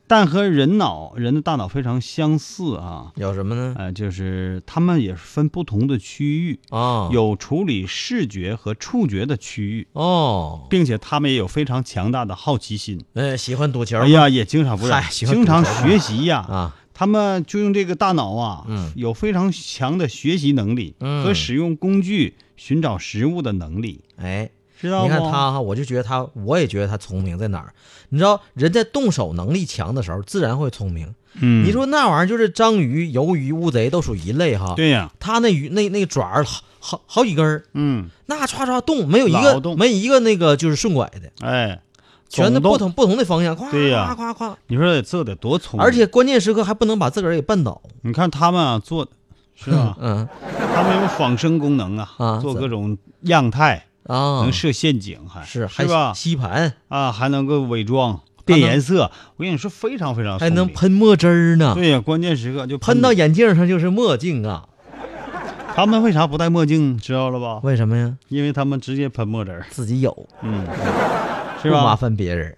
S2: 但和人脑人的大脑非常相似啊，
S1: 有什么呢？
S2: 呃，就是它们也是分不同的区域，
S1: 啊，
S2: 有处理视觉和触觉的区域，
S1: 哦，
S2: 并且它们也有非常强大的好奇心。
S1: 呃，喜欢赌球，
S2: 哎呀，也经常不是
S1: 嗨，喜欢
S2: 经常
S1: 赌球
S2: 学习呀、
S1: 啊，
S2: 他们就用这个大脑啊，
S1: 嗯
S2: 有非常强的学习能力
S1: 嗯
S2: 和使用工具寻找食物的能力，
S1: 哎，
S2: 知道吗？
S1: 你看他哈，我就觉得他，我也觉得他聪明在哪儿？你知道，人在动手能力强的时候，自然会聪明。
S2: 嗯，
S1: 你说那玩意儿就是章鱼、鱿鱼、乌贼都属一类哈。，
S2: 对呀，
S1: 他那鱼那那个爪儿好好好几根儿，
S2: 嗯，
S1: 那歘歘动，没有一
S2: 老
S1: 个
S2: 动
S1: 没一个那个就是顺拐的，
S2: 哎，
S1: 全
S2: 总
S1: 都
S2: 动
S1: 不同不同的方向，夸
S2: 对呀
S1: 夸夸夸。
S2: 你说得这得多聪明，
S1: 而且关键时刻还不能把自个儿给绊倒。？
S2: 你看他们啊做，是吧
S1: 嗯
S2: 他们有仿生功能啊，
S1: 啊
S2: 做
S1: 怎
S2: 各种样态，
S1: 啊
S2: 能，设陷阱，还
S1: 是还
S2: 是吧？
S1: 吸盘，
S2: 啊，还能够伪装、
S1: 还能
S2: 变颜色，我跟你说非常非常
S1: 还
S2: 聪
S1: 能
S2: 明。
S1: 喷墨汁儿呢，
S2: 对呀，关键时刻就
S1: 喷到
S2: 你
S1: 眼镜上就是墨镜啊。
S2: 他们为啥不戴墨镜，知道了吧？
S1: 为什么呀？
S2: 因为他们直接喷墨汁儿，
S1: 自己有，
S2: 嗯，是
S1: 不麻
S2: 吧？
S1: 烦别人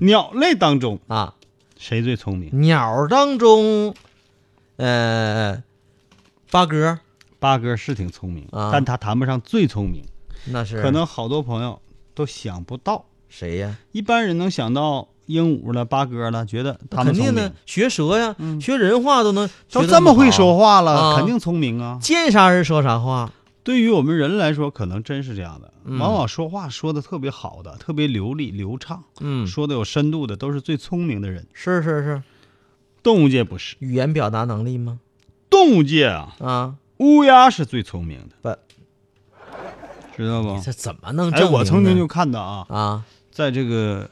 S2: 鸟类当中
S1: 啊。
S2: 谁最聪明？
S1: 鸟当中，呃，八哥
S2: 八哥是挺聪明，
S1: 啊
S2: 但他谈不上最聪明，
S1: 那是
S2: 可能好多朋友都想不到。
S1: 谁呀？
S2: 一般人能想到鹦鹉了、八哥了，觉得他们
S1: 肯
S2: 聪
S1: 定
S2: 明
S1: 的，学蛇呀，学人话都能
S2: 都
S1: 学得
S2: 这么会
S1: 好
S2: 说，话了，
S1: 啊
S2: 肯定聪明啊。
S1: 见啥人说啥话。
S2: 对于我们人来说，可能真是这样的。
S1: 嗯
S2: 往往说话说的特别好的、特别流利、流畅，
S1: 嗯，
S2: 说的有深度的，都是最聪明的人。
S1: 是是是，
S2: 动物界不是，
S1: 语言表达能力吗？
S2: 动物界啊，
S1: 啊，
S2: 乌鸦是最聪明的，
S1: 不，
S2: 知道不？
S1: 这怎么能证
S2: 哎，
S1: 明呢？
S2: 我曾经就看到啊，
S1: 啊，
S2: 在这个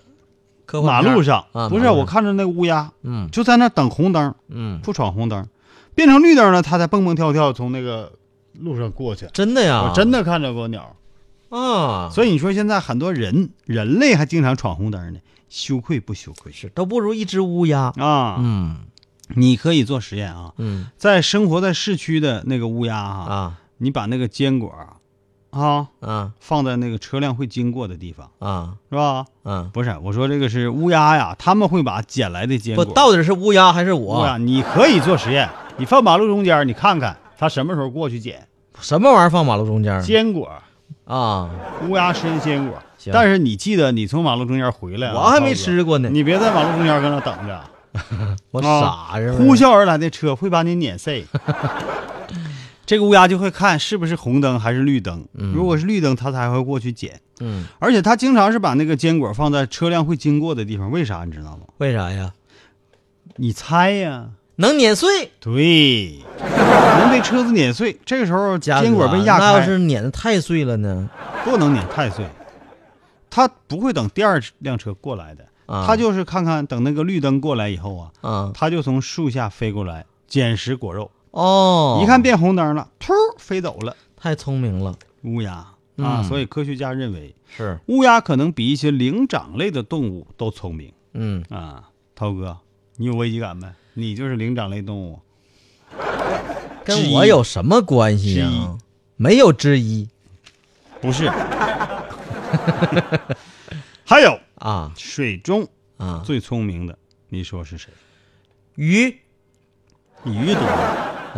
S1: 科
S2: 马
S1: 幻片儿
S2: 路上，
S1: 啊，
S2: 不
S1: 马
S2: 是
S1: 路
S2: 我
S1: 上，
S2: 看着那乌鸦
S1: 嗯
S2: 就在那等红灯，
S1: 嗯，
S2: 不闯红灯，变成绿灯了，它才蹦蹦跳跳从那个路上过去。
S1: 真的呀，
S2: 我真
S1: 的
S2: 的看着过鸟，
S1: 啊，
S2: 所以你说现在很多人人类还经常闯红灯呢，羞愧不羞愧？
S1: 是都不如一只乌鸦。
S2: 啊，
S1: 嗯
S2: 你可以做实验啊，
S1: 嗯
S2: 在生活在市区的那个乌鸦啊，
S1: 啊
S2: 你把那个坚果啊啊
S1: 啊
S2: 放在那个车辆会经过的地方，
S1: 啊
S2: 是吧？
S1: 啊！
S2: 不是，我说这个是乌鸦呀，他们会把捡来的坚
S1: 不
S2: 果。，
S1: 到底是乌鸦还是
S2: 乌
S1: 我
S2: 鸦？啊你可以做实验，你放马路中间，你看看它什么时候过去捡
S1: 什么玩意儿放马路中间儿
S2: 坚果。
S1: 啊？
S2: 乌鸦吃的坚果，
S1: 行
S2: 但是你记得你从马路中间回来啊，
S1: 我还
S2: 涛
S1: 没
S2: 哥
S1: 吃过呢
S2: 你别在马路中间搁那等着。
S1: 我
S2: 啊
S1: 傻呀！
S2: 呼啸而来的车会把你碾碎。这个乌鸦就会看是不是红灯还是绿灯，
S1: 嗯
S2: 如果是绿灯，它才会过去捡。
S1: 嗯，
S2: 而且它经常是把那个坚果放在车辆会经过的地方，为啥你知道吗？
S1: 为啥呀？
S2: 你猜呀、
S1: 能碾碎
S2: 对，能被车子碾碎。这个时候
S1: 嘉哥
S2: 坚果被压
S1: 那要
S2: 开
S1: 是，碾得太碎了呢？
S2: 不能碾太碎，它不会等第二辆车过来的，
S1: 啊
S2: 它就是看看等那个绿灯过来以后啊，
S1: 啊，
S2: 它就从树下飞过来捡食果肉，
S1: 哦，
S2: 一看变红灯了，突儿飞走了。
S1: 太聪明了，
S2: 乌鸦啊，
S1: 嗯
S2: 所以科学家认为
S1: 是，
S2: 乌鸦可能比一些灵长类的动物都聪明
S1: 嗯，
S2: 啊。涛哥，你有危机感没？你就是灵长类动物，之
S1: 跟
S2: 一
S1: 我有什么关系呀、
S2: 之一
S1: 没有之一
S2: 不 是？ 还有
S1: 啊
S2: 水中
S1: 啊！
S2: 最聪明的，你说是谁？
S1: 鱼
S2: 鱼多，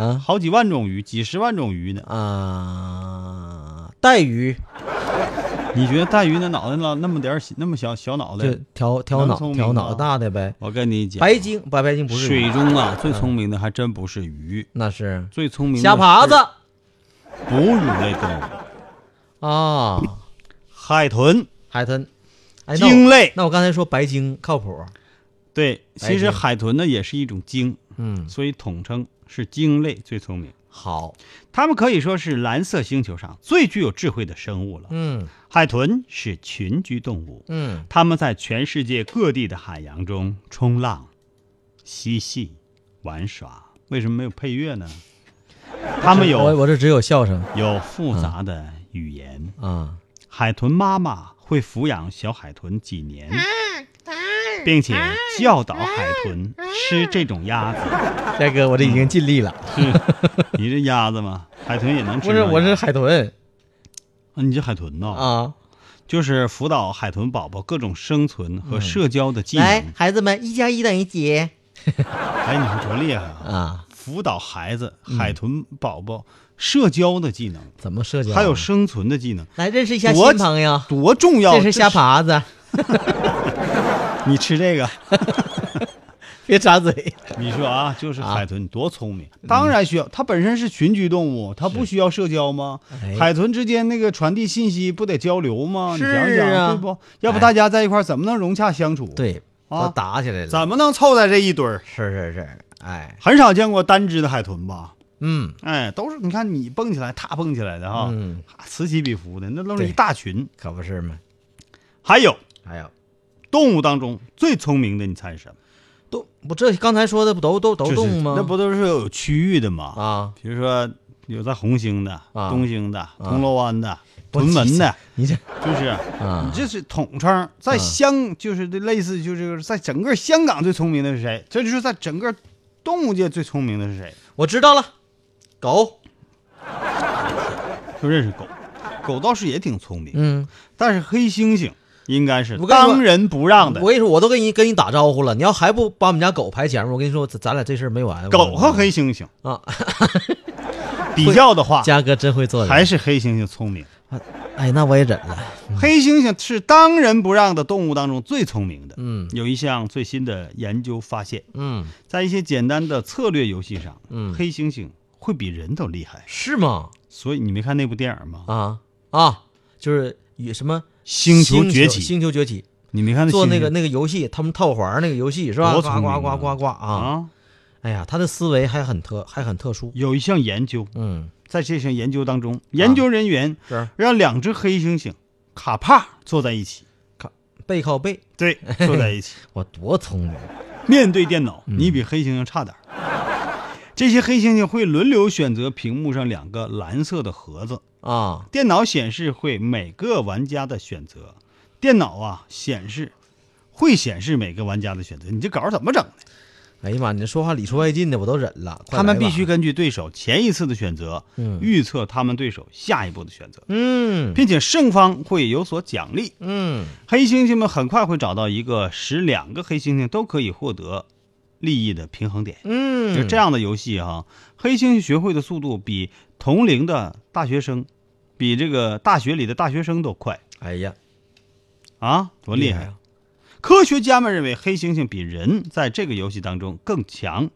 S1: 啊
S2: 好几万种鱼，几十万种鱼呢。
S1: 啊，带鱼
S2: 你觉得带鱼那脑袋那那么点儿小那么小小脑袋
S1: 就？挑挑
S2: 能
S1: 脑
S2: 聪明
S1: 挑
S2: 吗
S1: 脑大的呗。
S2: 我跟你讲，
S1: 白鲸白白鲸不是鱼
S2: 水中啊最聪明的还真不是鱼，
S1: 那是
S2: 最聪明的
S1: 虾爬子
S2: 是哺乳类动物。
S1: 啊，
S2: 海豚、
S1: 海豚。哎，那
S2: 鲸
S1: 我
S2: 类，
S1: 那我刚才说白鲸靠谱，
S2: 对，
S1: 白
S2: 其实
S1: 鲸
S2: 海豚呢也是一种鲸，
S1: 嗯，
S2: 所以统称是鲸类最聪明。
S1: 好，
S2: 它们可以说是蓝色星球上最具有智慧的生物了。
S1: 嗯
S2: 海豚是群居动物，
S1: 嗯，
S2: 它们在全世界各地的海洋中冲浪、嬉戏、玩耍。为什么没有配乐 呢？它们
S1: 我
S2: 有
S1: 我这只有笑声
S2: 有复杂的语言。
S1: 啊，
S2: 海豚妈妈会抚养小海豚几年，并且教导海豚吃这种鸭子。
S1: 佳哥，我这已经尽力了，
S2: 你这鸭子吗？海豚也能吃
S1: 不
S2: 吗？
S1: 是，我是海豚
S2: 啊你这海豚呢、
S1: 啊。
S2: 就是辅导海豚宝宝各种生存和社交的技能。
S1: 嗯来，孩子们，一加一等于几
S2: 哎，你说多厉害啊！
S1: 啊？
S2: 辅导孩子、
S1: 嗯
S2: 海豚宝宝社交的技能，
S1: 怎么社交？啊
S2: 还有生存的技能，
S1: 来认识一下新
S2: 多
S1: 朋友，
S2: 多重要！
S1: 这是虾爬子，
S2: 这是，你吃这个。
S1: 别插嘴。
S2: 你说啊，就是海豚多聪明，
S1: 嗯
S2: 当然需要。它本身是群居动物，它不需要社交吗？
S1: 哎
S2: 海豚之间那个传递信息不得交流吗？
S1: 是
S2: 你想
S1: 啊
S2: 想，对不？要不大家在一块儿怎么能融洽相处？，
S1: 对，
S2: 啊
S1: 都打起来了。
S2: 怎么能凑在这一堆儿？
S1: 是是是，哎，
S2: 很少见过单只的海豚吧？
S1: 嗯，
S2: 哎，都是你看你蹦起来，它蹦起来的哈，
S1: 嗯
S2: 啊此起彼伏的，那都是
S1: 对
S2: 一大群。
S1: 可不是嘛。
S2: 还有
S1: 还有，
S2: 动物当中最聪明的，你猜是什么？
S1: 动不这刚才说的不都都都
S2: 就是
S1: 动吗？
S2: 那不都是有区域的吗？
S1: 啊，
S2: 比如说有在红星的、
S1: 啊
S2: 东星的、铜锣湾的、
S1: 不
S2: 屯门的，
S1: 你这
S2: 就是、
S1: 啊
S2: 你这是统称，在香、就是类似就是在整个香港最聪明的是谁？这就是在整个动物界最聪明的是谁？
S1: 我知道了，狗，
S2: 就认识狗，狗倒是也挺聪明，
S1: 嗯，
S2: 但是黑猩猩应该是
S1: 我跟你说
S2: 当仁不让的
S1: 我。跟你说，我都跟你跟你打招呼了，你要还不把我们家狗排前面，我跟你说，咱咱俩这事儿没完。
S2: 狗和黑猩猩
S1: 啊，
S2: 比较的话，
S1: 嘉哥真会做人，
S2: 还是嗯黑猩猩聪明。
S1: 哎，那我也忍了。
S2: 黑猩猩是当仁不让的动物当中最聪明的。
S1: 嗯
S2: 有一项最新的研究发现，
S1: 嗯，
S2: 在一些简单的策略游戏上，
S1: 嗯
S2: 黑猩猩会比人都厉害。
S1: 是吗？
S2: 所以你没看那部电影吗？
S1: 啊啊，就是与什么
S2: 星球崛起
S1: 星球崛起
S2: 你没看那猩
S1: 做
S2: 猩
S1: 那个那个游戏，他们套环那个游戏是吧？
S2: 多
S1: 呱
S2: 聪明
S1: 呱
S2: 啊
S1: 呱呱呱啊！
S2: 啊？
S1: 哎呀，他的思维还很特，还很特殊。
S2: 有一项研究，
S1: 嗯，
S2: 在这项研究当中，研究人员
S1: 是
S2: 让两只黑猩猩卡帕坐在一起，
S1: 背靠背，
S2: 对，坐在一起，
S1: 我多聪 明
S2: 面对电脑，
S1: 嗯
S2: 你比黑猩猩差点儿。这些黑猩猩会轮流选择屏幕上两个蓝色的盒子，
S1: 啊！
S2: 电脑显示会每个玩家的选择，电脑啊显示会显示每个玩家的选择，你这稿儿怎么整的？
S1: 哎呀妈，你这说话里出外进的，我都忍了。快
S2: 他们
S1: 来吧
S2: 必须根据对手前一次的选择，
S1: 嗯
S2: 预测他们对手下一步的选择，
S1: 嗯
S2: 并且胜方会有所奖励。
S1: 嗯
S2: 黑猩猩们很快会找到一个使两个黑猩猩都可以获得利益的平衡点。
S1: 嗯，
S2: 就这样的游戏哈、黑猩猩学会的速度比同龄的大学生，比这个大学里的大学生都快
S1: 哎呀，
S2: 啊，多厉害！
S1: 啊！
S2: 科学家们认为黑猩猩比人在这个游戏当中更强，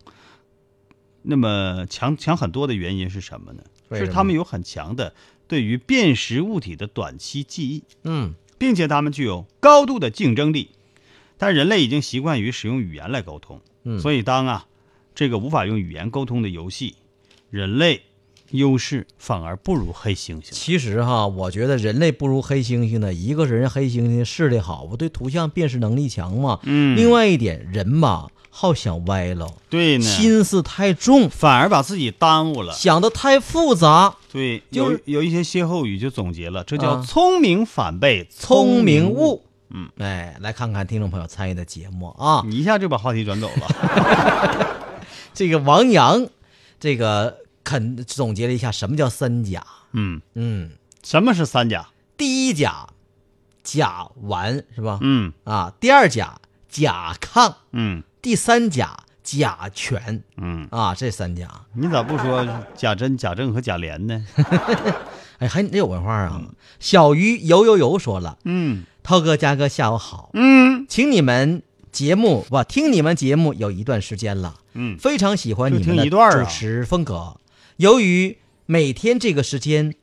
S2: 那么强强很多的原因是什么呢？
S1: 为什
S2: 是
S1: 么
S2: 他们有很强的对于辨识物体的短期记忆，
S1: 嗯，
S2: 并且他们具有高度的竞争力。但人类已经习惯于使用语言来沟通，
S1: 嗯
S2: 所以当啊这个无法用语言沟通的游戏，人类优势反而不如黑猩猩。
S1: 其实哈，我觉得人类不如黑猩猩的，一个是人黑猩猩视力好，我对图像辨识能力强嘛。
S2: 嗯
S1: 另外一点，人吧好想歪喽，
S2: 对呢，
S1: 心思太重，
S2: 反而把自己耽误了。
S1: 想的太复杂，
S2: 对，
S1: 就
S2: 有
S1: 是
S2: 有一些歇后语就总结了，这叫
S1: 啊
S2: 聪明反被
S1: 聪明
S2: 误。
S1: 误。嗯，哎，来看看听众朋友参与的节目啊。
S2: 你一下就把话题转走了。
S1: 这个王阳，这个肯总结了一下什么叫三甲。
S2: 嗯，
S1: 嗯，
S2: 什么是三甲？
S1: 第一甲，甲烷是吧？
S2: 嗯
S1: 啊，第二甲甲亢，
S2: 嗯
S1: 第三甲甲醛
S2: 嗯，
S1: 啊，这三甲。
S2: 你咋不说贾珍、贾政和贾琏 呢？
S1: 哎，还你这有文化啊！小鱼游游游说了
S2: 嗯：“
S1: 涛哥、佳哥，下午好，
S2: 嗯，
S1: 请你们节目我听你们节目有一段时间了，
S2: 嗯
S1: 非常喜欢你
S2: 就听
S1: 们的
S2: 一段啊啊
S1: 主持风格。由于每天这个时间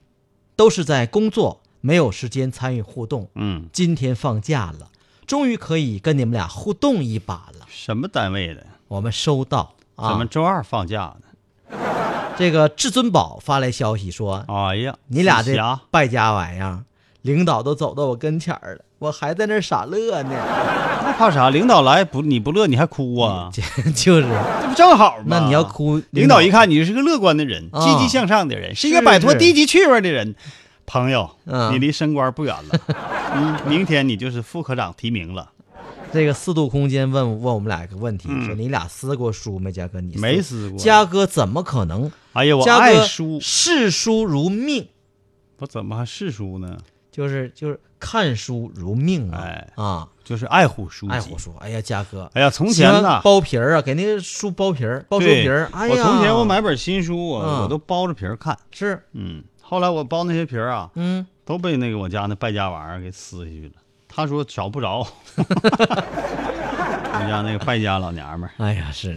S1: 都是在工作，没有时间参与互动。
S2: 嗯，
S1: 今天放假了，终于可以跟你们俩互动一把了。
S2: 什么单位的？
S1: 我们收到啊，
S2: 咱们周二放假呢。
S1: 这个至尊宝发来消息说，
S2: 哎呀，
S1: 你俩这
S2: 紫霞
S1: 败家玩意儿，领导都走到我跟前儿了，我还在那儿傻乐呢。
S2: 那怕啥？领导来不你不乐你还哭啊？
S1: 就是，
S2: 这不正好吗？
S1: 那你要哭，
S2: 领导一，看你是个乐观的人，
S1: 啊
S2: 积极向上的人，是一个
S1: 是
S2: 摆脱
S1: 是
S2: 低级趣味的人。朋友，
S1: 嗯
S2: 你离升官不远 了，嗯，明天你就是副科长提名了。
S1: 这个四度空间问问我们俩一个问题，说你俩撕过书没？嘉哥，你
S2: 嗯没
S1: 撕
S2: 撕过
S1: 嘉哥怎么可能？
S2: 哎呀，我
S1: 嘉
S2: 爱
S1: 哥
S2: 书，
S1: 视书如命，
S2: 我怎么还是书呢？
S1: 就是就是看书如命啊、
S2: 哎
S1: 啊！
S2: 就是爱护书籍。
S1: 爱我说，哎呀，嘉哥，
S2: 哎呀，从前
S1: 呢
S2: 呐，
S1: 包皮儿啊，给那个书包皮儿，包书
S2: 对
S1: 皮儿。哎呀，
S2: 我从前我买本新书，我、
S1: 嗯
S2: 我都包着皮儿看。
S1: 是
S2: 嗯，后来我包那些皮儿啊，
S1: 嗯，
S2: 都被那个我家那败家玩意儿给撕下去了。他说找不 着，我家那个败家老娘们儿
S1: 哎呀是。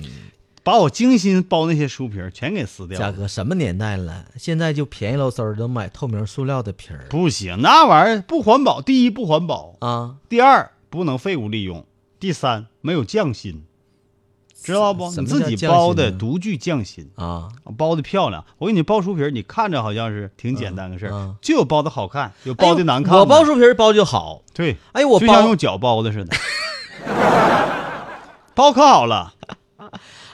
S2: 把我精心包那些书皮儿全给撕掉
S1: 嘉
S2: 了。
S1: 哥，什么年代了？现在就便宜喽嗖儿都买透明塑料的皮儿
S2: 不行，那玩意儿不环保。第一不环保，
S1: 啊，
S2: 第二不能废物利用，第三没有匠心，知道不？
S1: 什
S2: 你
S1: 么叫
S2: 自己
S1: 匠心
S2: 包的
S1: 呢
S2: 独具匠心。
S1: 啊，
S2: 包的漂亮，我给你包书皮儿，你看着好像是挺简单个事儿，
S1: 嗯嗯
S2: 就有包的好看，有包的难看、
S1: 哎我包，书皮儿包就好。
S2: 对，
S1: 哎，我
S2: 就像
S1: 包
S2: 用，脚包的似 的，包可好了。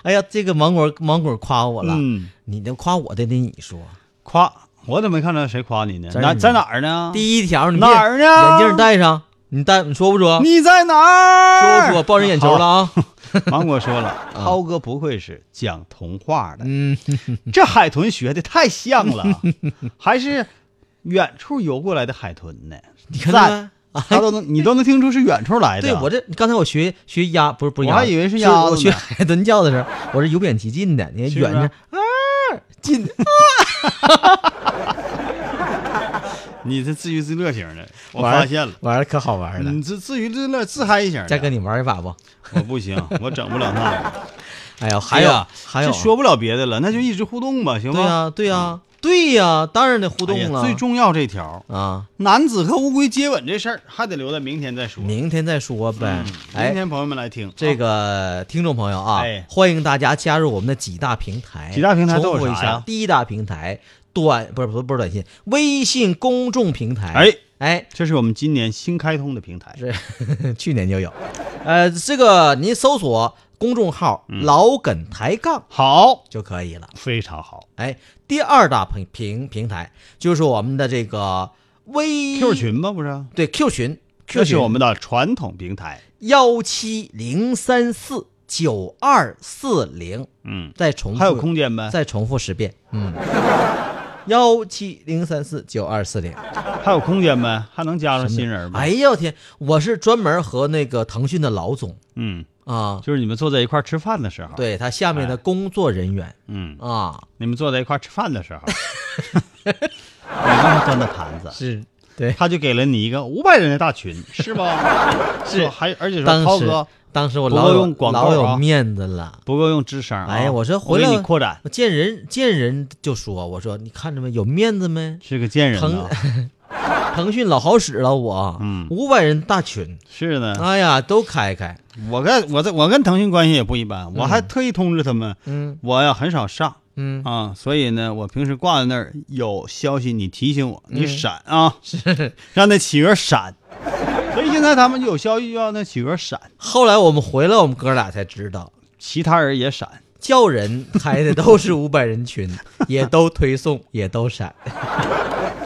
S1: 哎呀，这个芒果芒果夸我了，
S2: 嗯，啊
S1: 你能夸我的，得你说。
S2: 夸我怎么没看着谁夸你呢？
S1: 在
S2: 哪
S1: 哪
S2: 在哪儿呢？
S1: 第一条，你别
S2: 哪儿呢
S1: 眼镜戴上，你戴，你说不说？
S2: 你在哪
S1: 说
S2: 儿？
S1: 不说？抱人眼球了啊！
S2: 好。芒果说了，涛哥不愧是讲童话的，
S1: 嗯，
S2: 这海豚学的太像 了，还是远处游过来的海豚呢？
S1: 你看到没？
S2: 他都能，你都能听出是远处来的。
S1: 啊哎对我这刚才我学学鸭，不是不是鸭
S2: 我
S1: 子，
S2: 还以为是
S1: 是
S2: 鸭子呢
S1: 我学海豚叫的时候，我是由远及近的，你看
S2: 是不是
S1: 远着啊，近
S2: 你这自娱自乐型的，我发现了，嗯
S1: 玩儿可好玩了。
S2: 你这自娱自乐自嗨型的。
S1: 嘉哥，你玩一把不？
S2: 我不行，我整不了那玩意儿。
S1: 哎呀，
S2: 哎
S1: 还有
S2: 呀
S1: 还有啊
S2: 这，说不了别的了，那就一直互动吧，行吗？
S1: 对啊呀、对呀、对呀、当然得互
S2: 哎呀
S1: 动了。
S2: 最重要这条，
S1: 啊，
S2: 男子和乌龟接吻这事儿还得留到明天再说。嗯
S1: 明天再说呗。
S2: 明
S1: 哎，
S2: 天朋友们来听
S1: 这
S2: 啊
S1: 个听众朋友啊，
S2: 哎
S1: 欢迎大家加入我们的几大平台。
S2: 几大平台都有
S1: 重复
S2: 啥
S1: 一下
S2: 呀？
S1: 第一大平台短不是不是不是短信，微信公众平台。
S2: 哎
S1: 哎，
S2: 这是我们今年新开通的平台，
S1: 这 去年就有。呃，这个您搜索公众号“
S2: 嗯
S1: 老梗抬杠
S2: 好”，
S1: 就可以了。
S2: 非常好。
S1: 哎，第二大平平平台就是我们的这个微
S2: Q 群吧，不是？
S1: 对 Q 群
S2: 这
S1: 嗯，Q
S2: 是
S1: 群
S2: 我们的传统平台。
S1: 幺七零三四九二四零，
S2: 嗯，
S1: 再重复
S2: 还有空间呗，
S1: 再重复十遍，嗯，幺七零三四九二四零。
S2: 还有空间呗，还能加上新人吧？
S1: 哎，呀我天，我是专门和那个腾讯的老总
S2: 嗯，
S1: 啊，
S2: 就是你们坐在一块儿吃饭的时候，，
S1: 对他下
S2: 哎
S1: 面的工作人员
S2: 嗯，
S1: 啊，
S2: 你们坐在一块儿吃饭的 时候，你刚才端的盘子，
S1: 是对，
S2: 他就给了你一个五百人的大群，是吧？是，还而且说
S1: 当
S2: 涛
S1: 时
S2: 哥，
S1: 当时我
S2: 不
S1: 老
S2: 够
S1: 有
S2: 用广告
S1: 老有
S2: 啊
S1: 面子了。
S2: 不够用吱声啊。
S1: 哎呀我说
S2: 我
S1: 回
S2: 给
S1: 来
S2: 你扩展，
S1: 我见人见人就说，我说你看着没，有面子没？
S2: 是个啊贱人
S1: 腾
S2: 呐，
S1: 腾讯老好使了我，
S2: 嗯
S1: 五百人大群，
S2: 是呢。
S1: 哎呀，都开开，
S2: 我跟我在我跟腾讯关系也不一般，我还特意通知他们，
S1: 嗯
S2: 我呀很少上
S1: 嗯，
S2: 啊，所以呢，我平时挂在那儿有消息你提醒
S1: 嗯
S2: 我，你闪啊，让那企鹅闪。所以现在他们就有消息就要那企鹅闪，
S1: 后来我们回来，我们哥俩才知道，
S2: 其他人也闪。
S1: 叫人开的都是五百人群，也都推送，也都闪。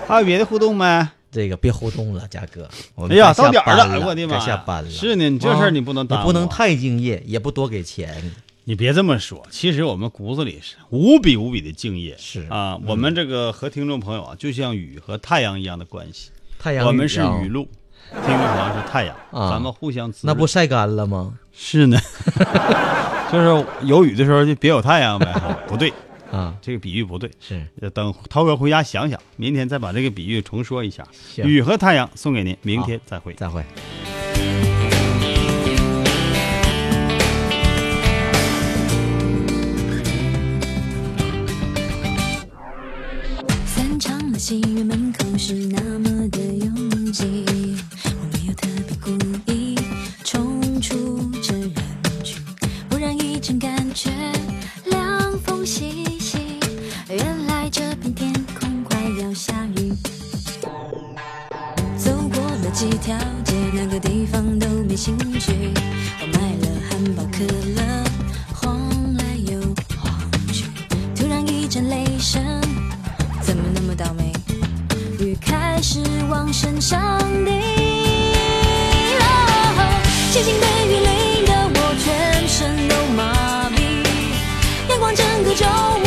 S2: 还有别的互动没？
S1: 这个别互动了，佳哥，我
S2: 哎
S1: 们
S2: 呀，
S1: 该下
S2: 到点儿
S1: 班了，
S2: 了，我的妈呀！
S1: 该下班了。
S2: 是呢，你这事儿
S1: 啊
S2: 你不能耽误啊，
S1: 你不能太敬业，也不多给钱。
S2: 你别这么说，其实我们骨子里是无比无比的敬业，
S1: 是嗯
S2: 啊，我们这个和听众朋友啊，就像雨和太阳一样的关系，
S1: 太阳
S2: 我们是
S1: 雨啊
S2: 雨露，听众朋友是太阳，
S1: 啊
S2: 咱们互相滋
S1: 那
S2: 润
S1: 不晒干了吗？
S2: 是呢， 就是有雨的时候就别有太阳呗，不对，
S1: 啊，
S2: 这个比喻不对，呃
S1: 是
S2: 等涛哥回家想想，明天再把这个比喻重说一下。
S1: 行
S2: 雨和太阳送给您，明天再会。
S1: 再会。
S3: 散场的戏院门口是那么的拥挤，我没有特别故意冲出这人群，忽然一阵感觉凉风习习，原来这片天空快要下雨。走过了几条街，那个地方都没兴趣。我买了汉堡、可乐，晃来又晃去，突然一阵雷声，怎么那么倒霉？雨开始往身上滴。哦轻轻被雨淋得我全身都麻痹，阳光整个周围哦 Oh，